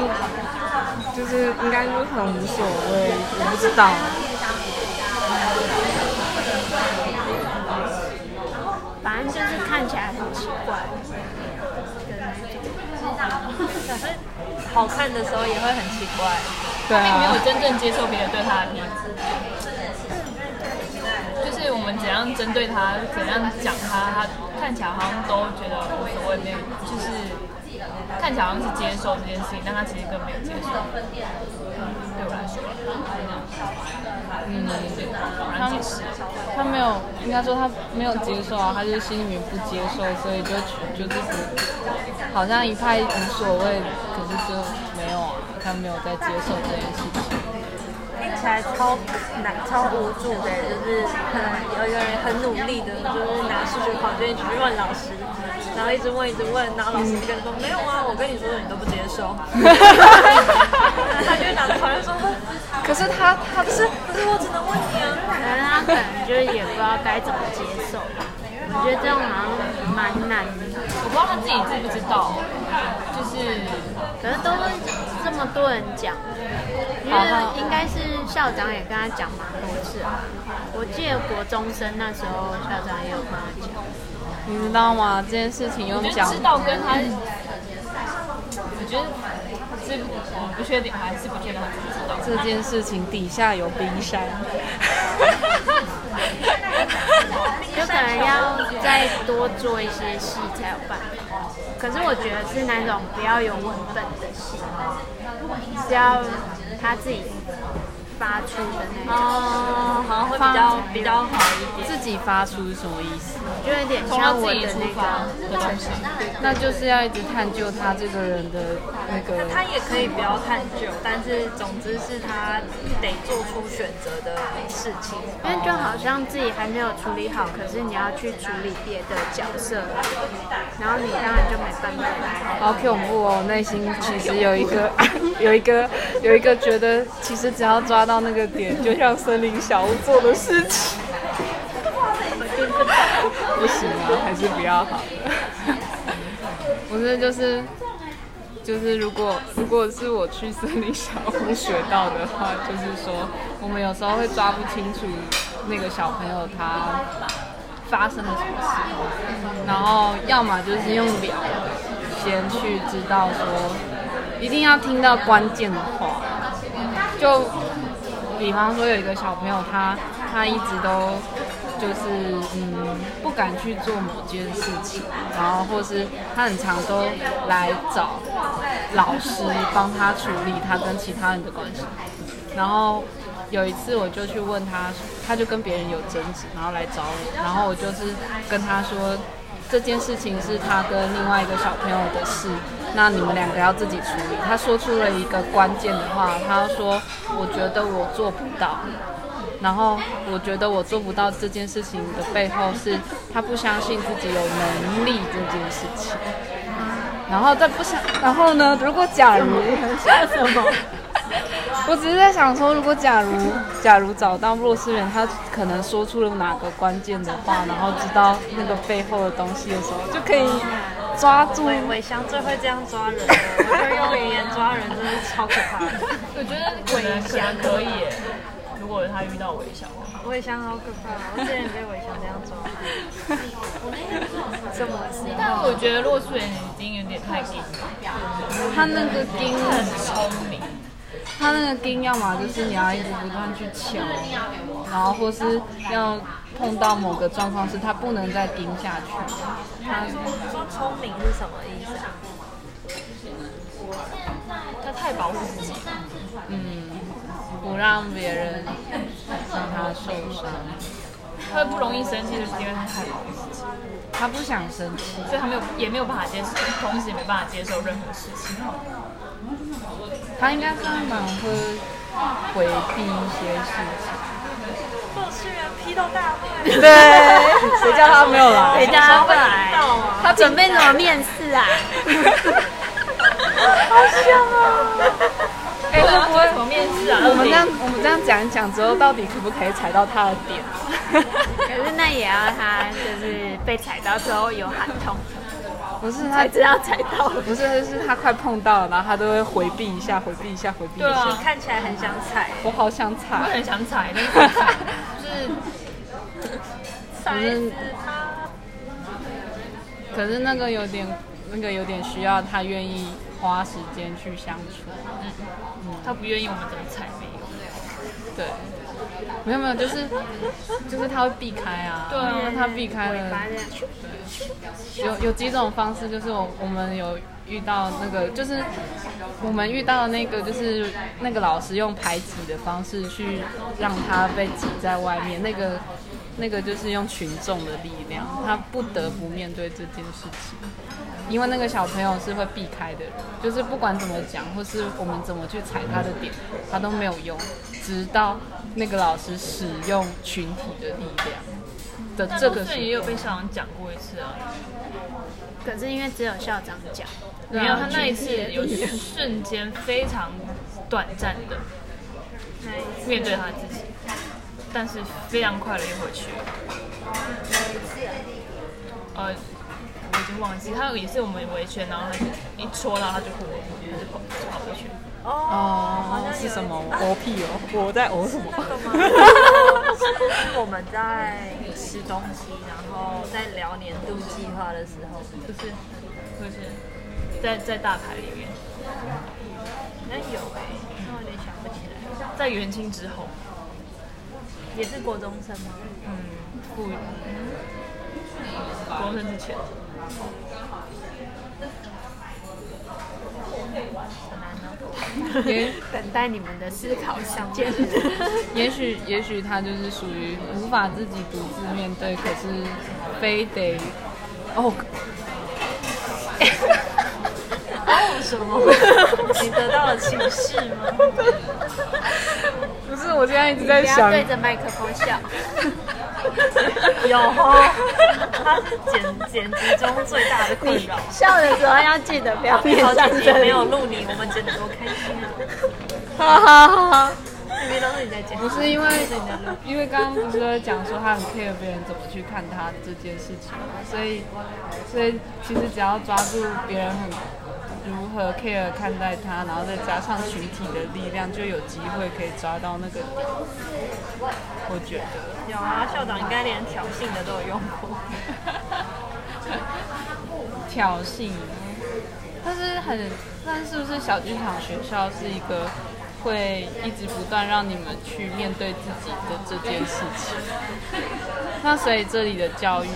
C: 就是应该就是很无所谓，我不知道。
A: 反正就是看起来很奇怪。
B: 好看的时候也会很奇怪。
C: 对
D: 并没有
C: 啊，
D: 真正接受别人对他的批评。就是我们怎样针对他，怎样讲他，他看起来好像都觉得无所谓，没有，就是看起来好像是接受这件事情，但他其实根本没有接受。对我来说，
C: 嗯，
D: 好难解释。
C: 他没有，应该说他没有接受啊，他就是心里面不接受，所以就就就是好像一派无所谓，可是就没有啊，他没有在接受这件事情。
B: 听起来超难、超无助的，就是可能有一个人很努力的，就是拿数学考卷一直去问老师，然后一直问、一直问，然后老师就跟他说没有啊，我跟你说的你都不接受，嗯他就拿着考卷说，
C: 可是他他
B: 可是可是我只能问你啊，
A: 可能他可能就是也不知道该怎么接受吧。我觉得这种好像蛮难的，
D: 我不知道他自己知不知道，就是
A: 可是都是这么多人讲，因为应该是校长也跟他讲蛮多次啊。我记得国中生那时候，校长也有跟他讲。
C: 你知道吗？这件事情
D: 我
C: 用
D: 觉
C: 讲
D: 得知道跟他，我觉得知不，我不确定，还是不确定他知不知道。
C: 这件事情底下有冰 山。
A: 就可能要再多做一些戏才有办法。可是我觉得是那种不要有文本的戏，是要他自己发出的那种，
B: 哦，好像会比较比较好一点，
C: 自己发出是什么意思？
A: 就有点
D: 从他
A: 像
D: 自
A: 我
D: 己
A: 的
D: 出
A: 那
D: 发
A: 个。
D: 的东西，
C: 那就是要一直探究他这个人的那个。
B: 他也可以不要探究，但是总之是他得做出选择的事情。
A: 因为就好像自己还没有处理好，可是你要去处理别的角色，然后你当然就没办法。
C: 好恐怖哦！我内心其实有一个， 有一个，有一个觉得，其实只要抓到那个点，就像森林小屋做的事情。不行啊，还是不要好了。我是就是就是，如果如果是我去森林小屋学到的话，就是说，我们有时候会抓不清楚那个小朋友他发生了什么事，然后要么就是用聊先去知道说，一定要听到关键的话，就比方说有一个小朋友他他一直都就是嗯不敢去做某件事情，然后或是他很常都来找老师帮他处理他跟其他人的关系，然后有一次我就去问他，他就跟别人有争执，然后来找我，然后我就是跟他说这件事情是他跟另外一个小朋友的事，那你们两个要自己处理。他说出了一个关键的话，他说我觉得我做不到。然后我觉得我做不到这件事情的背后是，他不相信自己有能力这件事情。然后再不想，然后呢？如果假如什么？ 我只是在想说，如果假如假如找到弱势人，他可能说出了哪个关键的话，然后知道那个背后的东西的时候，就可以抓住。
B: 伟伟翔最会这样抓人了，我觉得用语言抓人真的超可怕的。
D: 我觉得可能可能可以耶，如果他遇到微
C: 嗯
D: 笑的话，
B: 伟翔好可怕，我之前也被伟翔这样抓。
A: 什么时候？
D: 但我觉得洛素人已经有点太硬了，
C: 他那个钉，
D: 很聪明，
C: 他那个钉，要么就是你要一直不断去敲，然后或是要碰到某个状况是他不能再钉下去。他
B: 说聪明是什么意思啊？
D: 他太保护自己了。
C: 嗯，不让别人让他受伤，
D: 他不容易生气，就是因为他太保护自己，
C: 他不想生气。
D: 所以他没有也没有办法接受，同时也没办法接受任何事情。
C: 他应该是蛮会回避一些事情。
B: 做事人批斗大会，
C: 对， 谁叫他没有来？
A: 谁叫他不来
B: 到啊！
A: 他准备怎么面试啊？
C: 好香啊！哎、
D: 对啊
C: 会不会
D: 这是什么面试啊？
C: 我们这样我们这样讲一讲之后，到底可不可以踩到他的点？
A: 可是那也啊要他就是被踩到之后有喊痛，
C: 不是他
A: 才，知道踩到了。
C: 不是是他快碰到了，然后他都会回避一下，回避一下，回避一
D: 对
C: 下。
D: 啊
B: 看起来很想踩，
C: 我好想
D: 我
C: 踩，
D: 很想踩，但是不
C: 可
D: 踩，就是
C: 是
B: 他
C: 可是那个有点那个有点需要他愿意花时间去相处。
D: 他不愿意我们怎么踩没有。
C: 对，没有没有，就是就是他会避开啊，
D: 对啊
C: 因为他避开了。有有几种方式，就是我我们有遇到那个，就是我们遇到那个，就是那个老师用排挤的方式去让他被挤在外面，那个那个就是用群众的力量，他不得不面对这件事情。因为那个小朋友是会避开的人，就是不管怎么讲，或是我们怎么去踩他的点，他都没有用，直到那个老师使用群体的力量的
D: 但
C: 这
D: 这
C: 个
D: 个
C: 时候
D: 也有被校长讲过一次啊，
A: 可是因为只有校长讲，
C: 对啊
D: 没有他那一次有瞬间非常短暂的面对他自己，但是非常快的又回去了。呃，我已经忘记，他也是我们围圈，然后他就一戳到他就过，他就跑就跑回去。
B: 哦，好像有一
C: 是什么？我屁哦，我在哦什么？
B: 那个吗？是我们在吃东西，然后在聊年度计划的时候，
D: 不是，不是，在在大牌里面，
B: 那有哎、那我有点想不起来，
D: 在元清之后，
B: 也是国中生吗？
D: 嗯，不，嗯国生之前，
C: 也
A: 等待你们的思考时 间。
C: 也许也许他就是属于无法自己独自面对，可是非得哦，
B: 什么？你得到了启示吗？
C: 不是，我现在一直
A: 不
C: 在
A: 要
C: 想，
A: 对着麦克风笑，
B: 有哦，他是剪剪辑中最大的困扰。
A: 笑的时候要记得不要面
B: 好
A: 向
B: 几集
A: 这
B: 没
A: 里。
B: 有录你，我们剪得多开心啊！
C: 哈哈哈哈。
B: 那边都是你在 剪，
C: 不是因为因为刚刚不是在讲说他很 care 别人怎么去看他这件事情嘛，所以所以其实只要抓住别人很如何 care 看待他，然后再加上群体的力量，就有机会可以抓到那个点。我觉得。
B: 有啊，校长应该连挑衅的都有用过。
C: 挑衅，但是很，但是不是小剧场学校是一个会一直不断让你们去面对自己的这件事情？ 那所以这里的教育，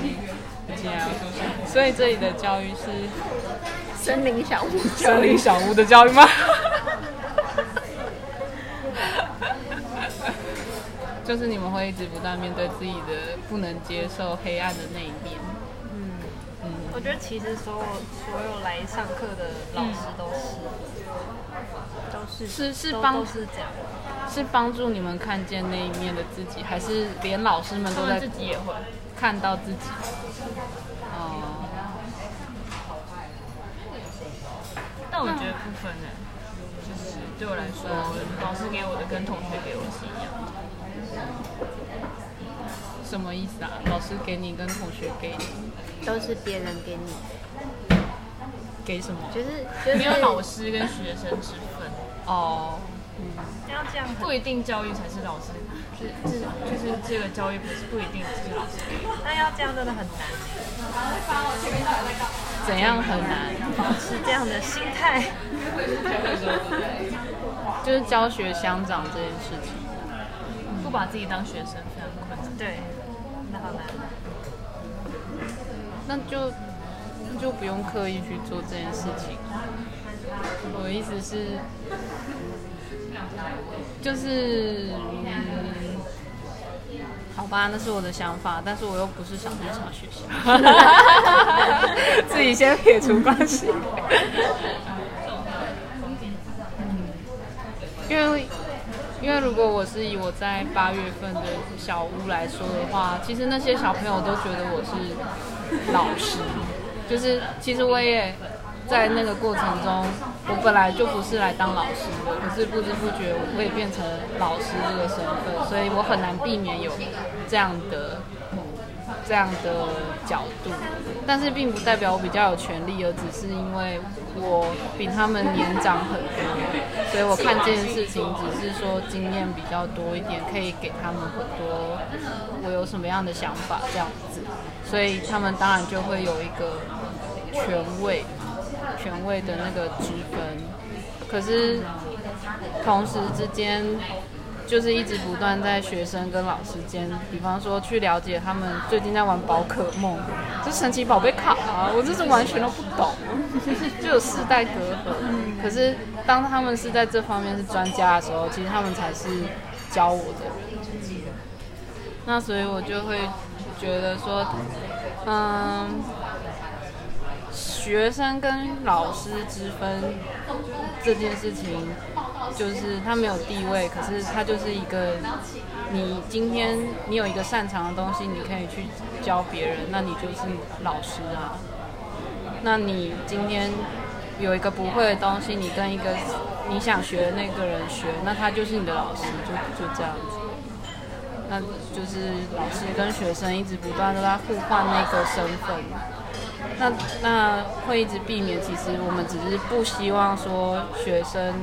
C: 我竟然要说什么所以这里的教育是
A: 森林小屋，
C: 森林小屋的教育吗？ 就是你们会一直不断面对自己的不能接受黑暗的那一面。
B: 我觉得其实所有所有来上课的老师都是，都是
C: 是是
B: 都
C: 帮
B: 都是这样。
C: 是帮助你们看见那一面的自己，还是连老师们
D: 他
C: 都在
D: 们自己也会。
C: 看到自己？哦，
D: 但我觉得不分人，就是对我来说，老师给我的跟同学给我是一样的。
C: 什么意思啊？老师给你跟同学给你
A: 都是别人给你的，
C: 给什么？
A: 就是就是
D: 没有老师跟学生之分，
C: 哦，
B: 要这样
D: 不一定教育才是老师，是是就是这个教育不是不一定是老师给的。
B: 那要这样真的很难，
C: 怎样很难？
B: 保持这样的心态。
C: 就是教学相长这件事情。
D: 不把自己当学生非常困难。
B: 对，真的好难。
C: 那就那就不用刻意去做这件事情。我的意思是，就是、嗯好吧，那是我的想法，但是我又不是想去查学 校，自己先撇除关系。因为因为如果我是以我在八月份的小屋来说的话，其实那些小朋友都觉得我是老师，就是其实我也在那个过程中，我本来就不是来当老师的，可是不知不觉我也变成老师这个身份，所以我很难避免有这样的这样的角度，但是并不代表我比较有权利，而只是因为我比他们年长很多，所以我看这件事情只是说经验比较多一点，可以给他们很多我有什么样的想法这样子，所以他们当然就会有一个权位嘛，权位的那个之分。可是同时之间，就是一直不断在学生跟老师间，比方说去了解他们最近在玩宝可梦，这神奇宝贝卡啊，我这是完全都不懂， 就有世代隔阂。可是当他们是在这方面是专家的时候，其实他们才是教我的人。那所以我就会觉得说，嗯，学生跟老师之分这件事情，就是他没有地位，可是他就是一个，你今天你有一个擅长的东西，你可以去教别人，那你就是老师啊。那你今天有一个不会的东西，你跟一个你想学的那个人学，那他就是你的老师，就就这样子。那就是老师跟学生一直不断的在互换那个身份，那那会一直避免。其实我们只是不希望说学生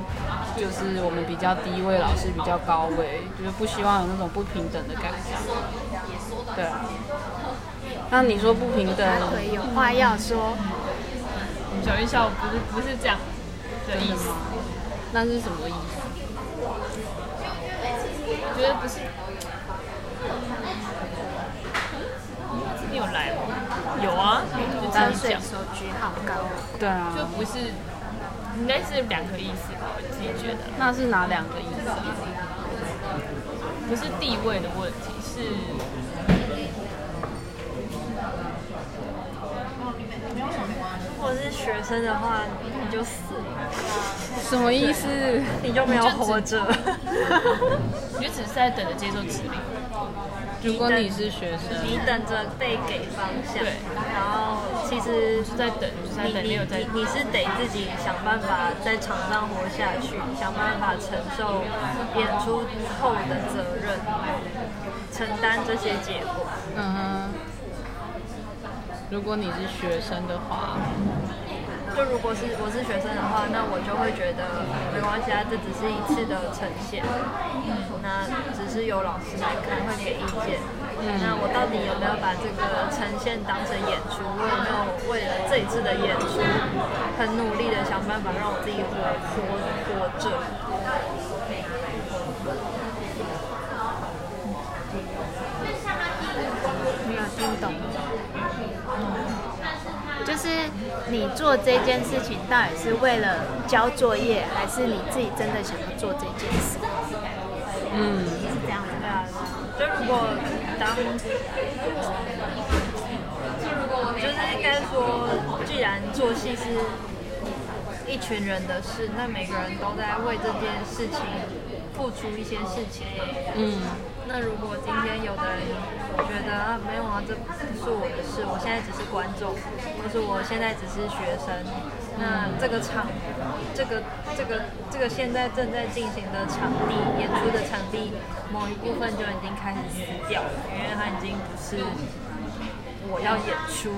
C: 就是我们比较低位，老师比较高位，就是不希望有那种不平等的感觉。对啊。那你说不平等，
A: 他腿有话要说，
D: 小一校不是不是这样的意思，
C: 那是什么意思？
D: 我觉得不是。你有来吗？有啊，就这样
A: 喝水
D: 讲，
A: 手举好高哦，
C: 对啊，
D: 就不是，应该是两个意思吧，我自己觉得。
C: 那是哪两个意思？
D: 不是地位的问题，是
B: 如果是学生的话，你就死了，
C: 什么意思？
B: 你就没有活着。
D: 你就只是在等着接受指令。
C: 如果你是学生，
B: 你等着被给方向，
D: 对
B: 然后其实
D: 就在等，就在
B: 你
D: 等，没
B: 你
D: 有在
B: 你你是得自己想办法在场上活下去，想办法承受演出后的责任，承担这些结果。
C: 嗯哼，如果你是学生的话，
B: 就如果是我是学生的话，那我就会觉得没关系啊，这只是一次的呈现，嗯那只是有老师来看会给意见。那我到底有没有把这个呈现当成演出？我有没有为了这一次的演出，很努力的想办法让我自己活活活着？
A: 没有听懂。就是你做这件事情到底是为了交作业，还是你自己真的想要做这件事？
C: 嗯，
A: 是这样子
B: 对啊，就如果当，就如果我就是应该说，既然做戏是一群人的事，那每个人都在为这件事情付出一些事情，
C: 嗯，
B: 那那如果今天有的人觉得啊，没有啊，这不是我的事，我现在只是观众，或是我现在只是学生，那这个场，这个这个这个现在正在进行的场地演出的场地，某一部分就已经开始死掉了，因为它已经不是我要演出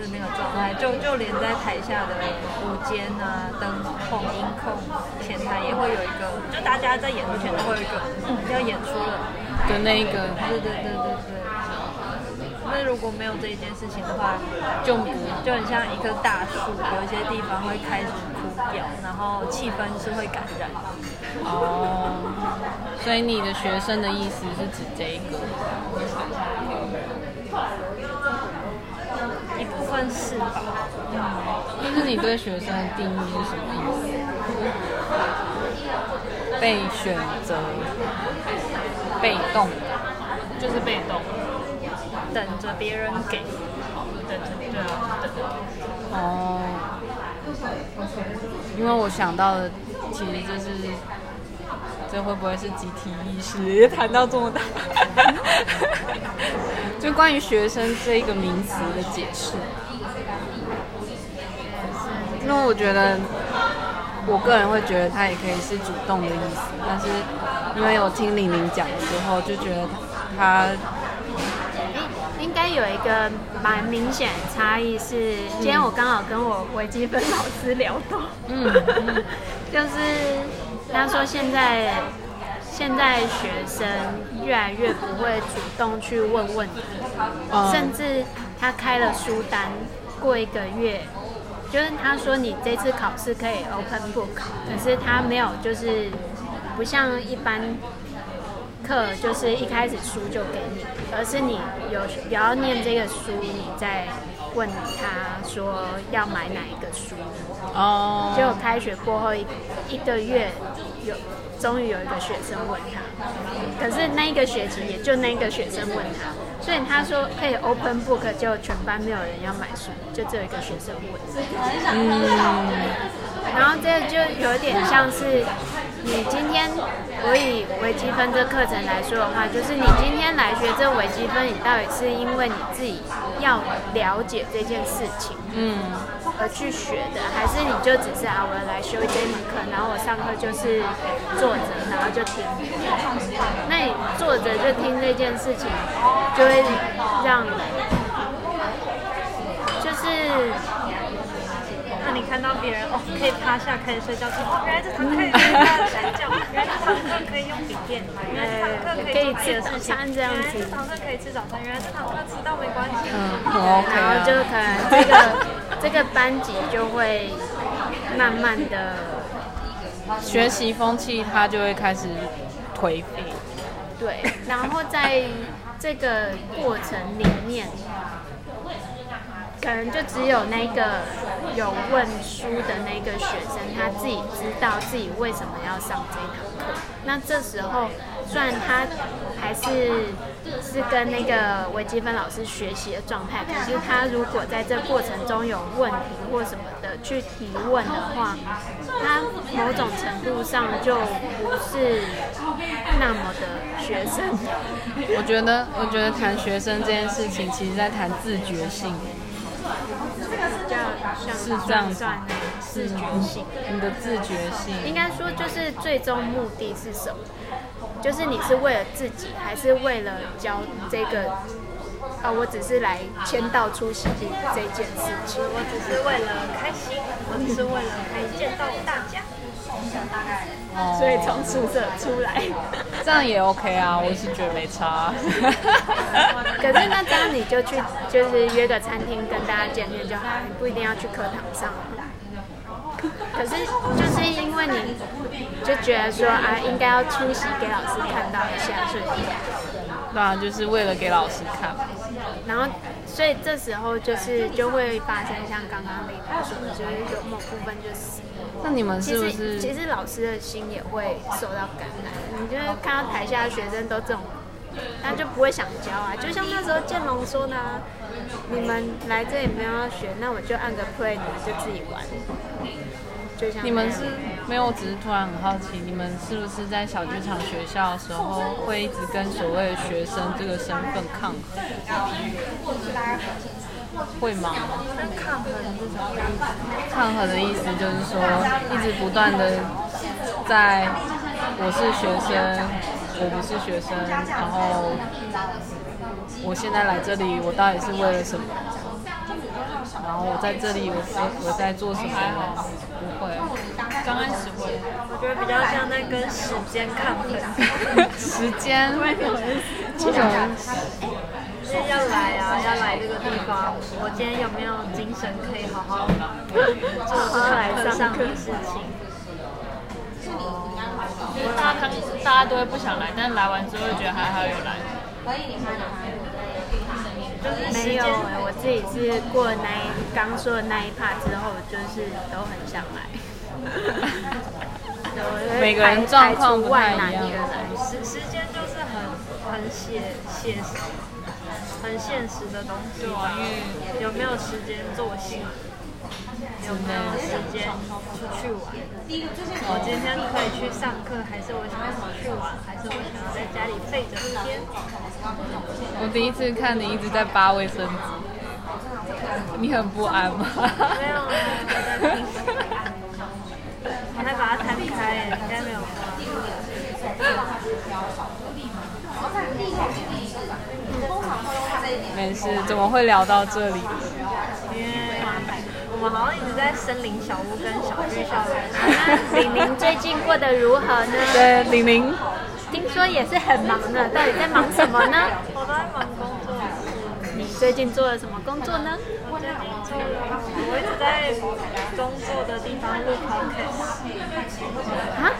B: 的那个状态，就就连在台下的舞间啊、灯控、音控、前台也会有一个，就大家在演出前都会有一个、嗯、要演出了，
C: 的那一个
B: 对对对对对。那如果没有这一件事情的话，
C: 就不
B: 就很像一棵大树，有一些地方会开始枯掉，然后气氛是会感染的。
C: 哦，所以你的学生的意思是指这一个？
B: 一部分是吧？
C: 就是你对学生的定义是什么意思？被选择，被动，
D: 就是被动，
B: 等着别人给，
D: 等着对啊，等着。
C: 哦，因为我想到的其实就是，这会不会是集体意识？谈到这么大， 就关于学生这一个名词的解释。因为我觉得，我个人会觉得它也可以是主动的意思，但是因为有听玲玲讲了之后，就觉得它
A: 应该有一个蛮明显的差异是，今天我刚好跟我微积分老师聊到，
C: 嗯
A: 嗯， 就是他说现在现在学生越来越不会主动去问问题，
C: 嗯
A: 甚至他开了书单，过一个月。就是他说你这次考试可以 open book，可是他没有，就是不像一般课就是一开始书就给你，而是你有有要念这个书，你再问他说要买哪一个书。
C: 哦，
A: 结果开学过后一一个月有。终于有一个学生问他，可是那一个学期也就那一个学生问他，所以他说可以 open book，结果全班没有人要买书，就只有一个学生问。嗯然后这个就有点像是你今天，我以微积分这课程来说的话，就是你今天来学这微积分，你到底是因为你自己要了解这件事情，嗯，而去学的，还是你就只是啊，我来修这一门课，然后我上课就是坐着，然后就听。那你坐着就听这件事情，就会让就是
B: 那你看到别人哦可以趴下开始睡觉，说哦原来这堂课可以趴下睡觉，原来这堂课可以用笔电，原来这堂课可以做别的
A: 可以
B: 事情，
A: 吃早餐这
B: 原
A: 样
B: 来
A: 子
B: 这堂课可以吃早餐，原来这堂课迟到没关系。
C: 嗯，很 OK
A: 然后
C: 啊
A: 就可能这 个这个班级就会慢慢的，
C: 学习风气，它就会开始颓废。
A: 对，然后在这个过程里面，可能就只有那个有问书的那个学生，他自己知道自己为什么要上这堂课。那这时候，虽然他还是是跟那个微积分老师学习的状态，可是他如果在这过程中有问题或什么的去提问的话，他某种程度上就不是那么的学生。
C: 我觉得，我觉得谈学生这件事情，其实在谈自觉性，
A: 这样像
C: 是这样子
A: 算呢，自觉性。
C: 你的自觉性。
A: 应该说就是最终目的是什么？就是你是为了自己，还是为了教这个？啊、我只是来签到出席这件事情。
B: 我只是为了开心，我只是为了可以见到大家。
C: 哦
A: 所以从宿舍出来，
C: 这样也 OK 啊，我是觉得没差、啊
A: 可是那这样你就去，就是约个餐厅跟大家见面就好，你不一定要去课堂上。可是就是因为你就觉得说啊，应该要出席给老师看到一下，所以
C: 对啊，就是为了给老师看。
A: 然后，所以这时候就是就会发生像刚刚丽娜说的，就是有某部分就是，
C: 那你们
A: 其
C: 是不是
A: 实其实老师的心也会受到感染。你就是看到台下的学生都这种，他就不会想教啊。就像那时候建龙说的、啊，你们来这里没有要学，那我就按个 play，你们就自己玩。就像
C: 你们
A: 那
C: 是
A: 样
C: 没有，我只是突然很好奇，你们是不是在小剧场学校的时候会一直跟所谓的学生这个身份抗衡？会吗？抗衡的意思就是说，一直不断的在我是学生，我不是学生，然后我现在来这里，我到底是为了什么？然后我在这里，我我我在做什么？不会。
D: 刚开始会，
B: 我觉得比较像在跟时间抗衡，
C: 时间，这种
B: 就是要来啊，要来这个地方，我今天有没有精神可以好好好好来上课的事情？
D: 大家刚大家都会不想来，但是来完之后会觉得还好有来。
A: 没有哎、我自己是过那一刚说的那一 part 之后，就是都很想 来。我会
C: 每个人
A: 排
C: 状况不太一
A: 排除万
C: 样
A: 难一个人
B: 时时间就是很很写写实、很现实的东西吧。有没有时间做戏？有没有时间出去玩？我今天可以去上课，还是我想要出去玩，还是我想要在家里废整天？
C: 我第一次看你一直在扒卫生纸，你很不安吗？
B: 没有，我在听。我还把它摊开，应该没有吧。
C: 没事，怎么会聊到这里？
B: 因为我们好像一直在森林小屋跟小剧校园。 那
A: 玲玲最近过得如何呢？
C: 对，玲玲，
A: 听说也是很忙呢，到底在忙什么呢？
B: 我都在忙工作，
A: 你最近做了什么工作呢？
B: 我最近做了，我一直在工作的地方录 podcast，
A: 啊？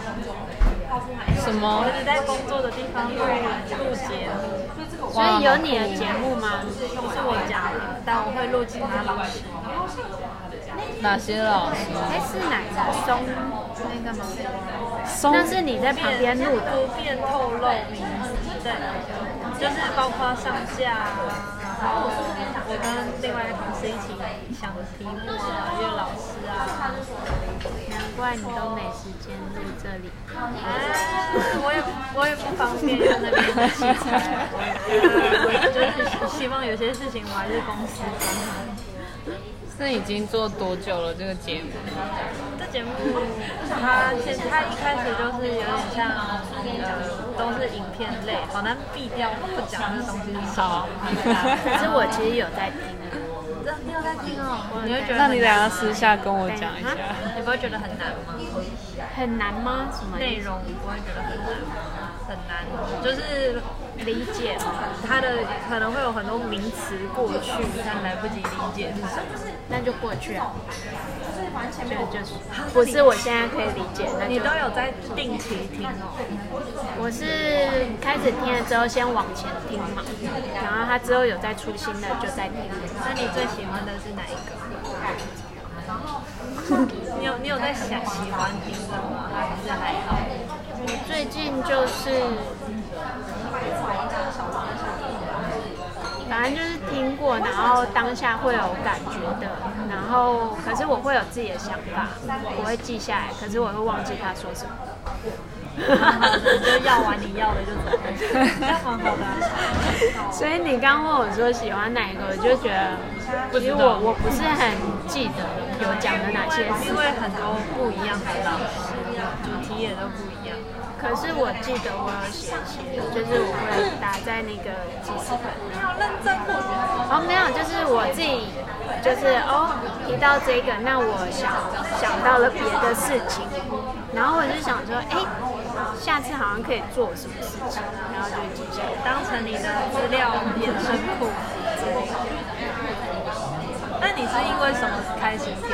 C: 什么
B: 我？一直在工作的地方录录节目，
A: 所以有你的节目吗？
B: 不是我家的，但我会录其他老师。
C: 哪些老师？
A: 哎，是哪个松那个吗？
C: 松
A: 那是你在旁边录的。
B: 不便透露名字，对，就是包括上架啊，然后我跟另外一个同事一起想题目啊，约老师啊。
A: 难怪你都没时间录这里。
B: 哎，我也我也不方便用那边的器材，就是希望有些事情我还是公司管。
C: 是已经做多久了这个节目？
B: 这节目它其实它一开始就是有点像呃都是影片类，好难避掉不讲这东西是什么。
A: 可是我其实有在听，
B: 这你有在听哦？你会觉得
C: 那
B: 很
C: 你等一下私下跟我讲一
A: 啊
C: 下。
B: 你不会觉得很难吗？
A: 很难吗？什么
B: 内容不会觉得很难，很难，就是理解它的可能会有很多名词过去，但来不及理解是什么。
A: 那就过去了。就就是不是我现在可以理解，那
B: 你
A: 就
B: 都有在定期听哦，
A: 我是开始听了之后先往前听嘛，然后它之后有再出新的就再听。
B: 那你最喜欢的是哪一个？你有你有在想喜欢听的吗？还是还好？
A: 最近就是，反正就是听过，然后当下会有感觉的，然后可是我会有自己的想法，我会记下来，可是我会忘记他说什么。
B: 你就要完你要的就走，这样蛮好的啊。
A: 所以你刚问我说喜欢哪一个，我就觉得，其实我我不是很记得有讲的哪些
B: 因
A: 事，
B: 为很多不一样的老师，主题也都不一样。
A: 可是我记得我有写一些，就是我会打在那个记事本。
B: 你好认真哦。
A: 哦，没有，就是我自己，就是哦，提到这个，那我想想到了别的事情，然后我就想说，哎，下次好像可以做什么事情，然后就记下来。
B: 当成你的资料衍生库之类的。那你是因为什么开始听？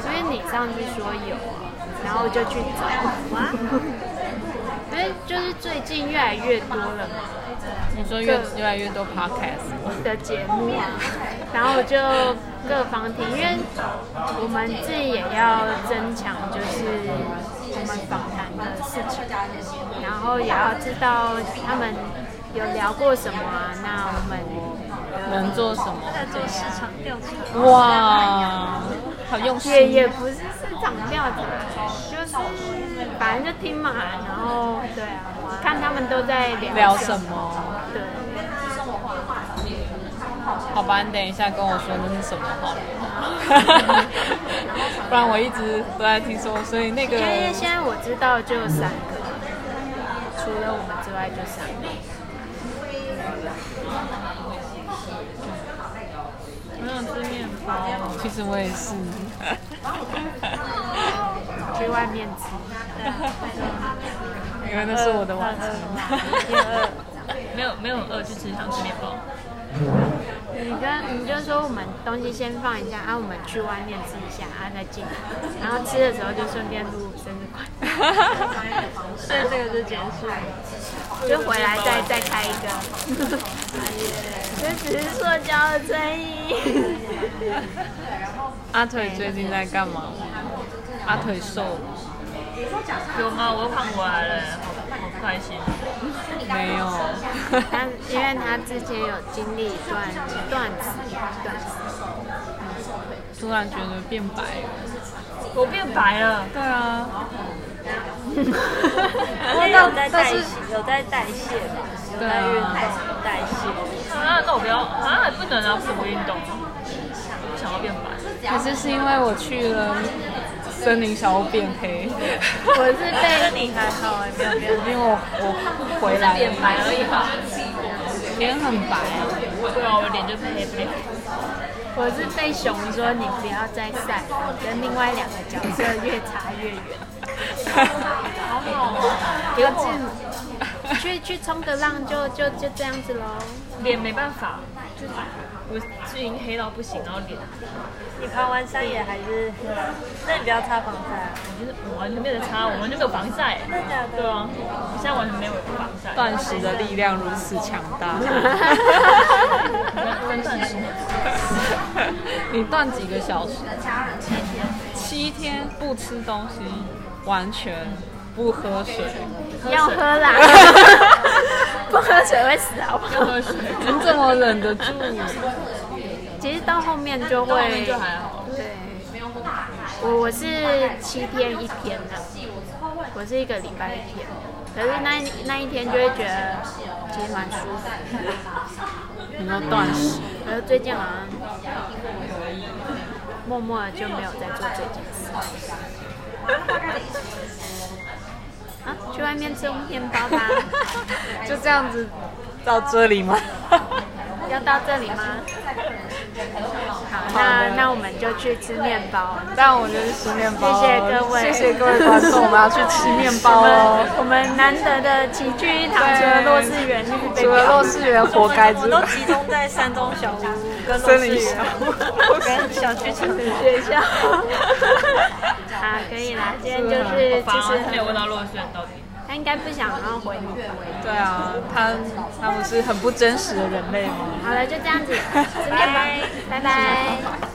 A: 所以你上次说有啊，然后我就去找，
B: 哇，
A: 因为就是最近越来越多了嘛
C: 你说越越来越多 podcast 吗
A: 的节目啊，然后我就各方听，因为我们自己也要增强，就是我们访谈的事情，然后也要知道他们有聊过什么啊，那我们
C: 能做什么？
B: 在做市场调查。
C: 哇，
D: 很用心。
A: 也也不是呃是长调子，就是反正就听嘛，然后对啊，看他们都在聊
C: 聊什么？
A: 对，
C: 好吧，你等一下跟我说那是什么 好了，不然我一直都在听说，所以那个
A: 因为现在我知道就三个，除了我们之外就三个。
D: 我想吃面包，
C: 其实我也是，
A: 去外面吃，
C: 因为那是我的晚 餐。
D: 没有没有饿，就只是想吃面包。
A: 你跟你就说我们东西先放一下，啊，我们去外面吃一下，啊，再进来，然后吃的时候就顺便录生日快 乐，
B: 所以这个就结束。
A: 就回来再再开一个，嗯这只是塑胶的争议。
C: 阿腿最近在干嘛？阿腿瘦了
D: 有吗？我又胖回来了，好好开心。
C: 没有？
A: 他因为他之前有经历一段断食，断食，
C: 突然觉得变白了。
D: 我变白了，
C: 对啊，
B: 我有在代谢，啊有在代谢吧，有在运动代谢。
D: 啊，那我不要啊，不能啊，不不运动，不想要变白。
C: 还是是因为我去了森林小屋变黑，
A: 我是被
B: 你还好哎，没有变
C: 因为 我我回来
D: 变白而已吧，
C: 脸很白啊。
D: 对啊，我脸就是黑不了。
A: 我是被熊说你不要再晒了，你跟另外两个角色越差越远。哦不要去去冲个浪就就就这样子喽。
D: 脸没办法，就是我最近黑到不行，然后脸，
B: 你爬完山也还是，那你不要擦防晒啊。
D: 我就是我完全没有擦，我完全没有防晒，
B: 真的假的
D: 对啊，我现在完全没有防 晒，
C: 断食的力量如此强大。
D: 跟断食，
C: 你断几个小时？七天。七天不吃东西，完全不喝水。
A: 要喝啦， 不喝水会死啊好不好？
D: 喝水，
C: 你怎么忍得住？
A: 其实到后面就
D: 后面
A: 会
D: 就还好，
A: 对，我我是七天一天的，我是一个礼拜一天，可是那一那一天就会觉得其实蛮舒服。
C: 你说断食，
A: 可呃是最近好像默默地就没有在做这件事。啊，去外面吃面包 吧。
C: 就这样子到这里吗？
A: 要到这里吗？好，那那我们就去吃面包。
C: 但我就是吃面包哦。
A: 谢谢各位
C: 谢谢各位观众，我们要去吃面包哦。
A: 我们难得的齐聚一堂，除了洛世园，就是被
C: 除了
A: 表
C: 洛世园活该
B: 我
C: 之
B: 都
C: 外，
B: 集中在山中小屋跟罗
C: 森
B: 志
C: 林小
B: 园，跟小区墙。
A: 学校。啊，可以啦，今天就是啊
D: 反
A: 其
D: 而没有
A: 实
D: 问到落选到底。
A: 他应该不想要回你。
C: 对啊，他他们是很不真实的人类吗？
A: 好了，就这样子，吃面吧，拜拜。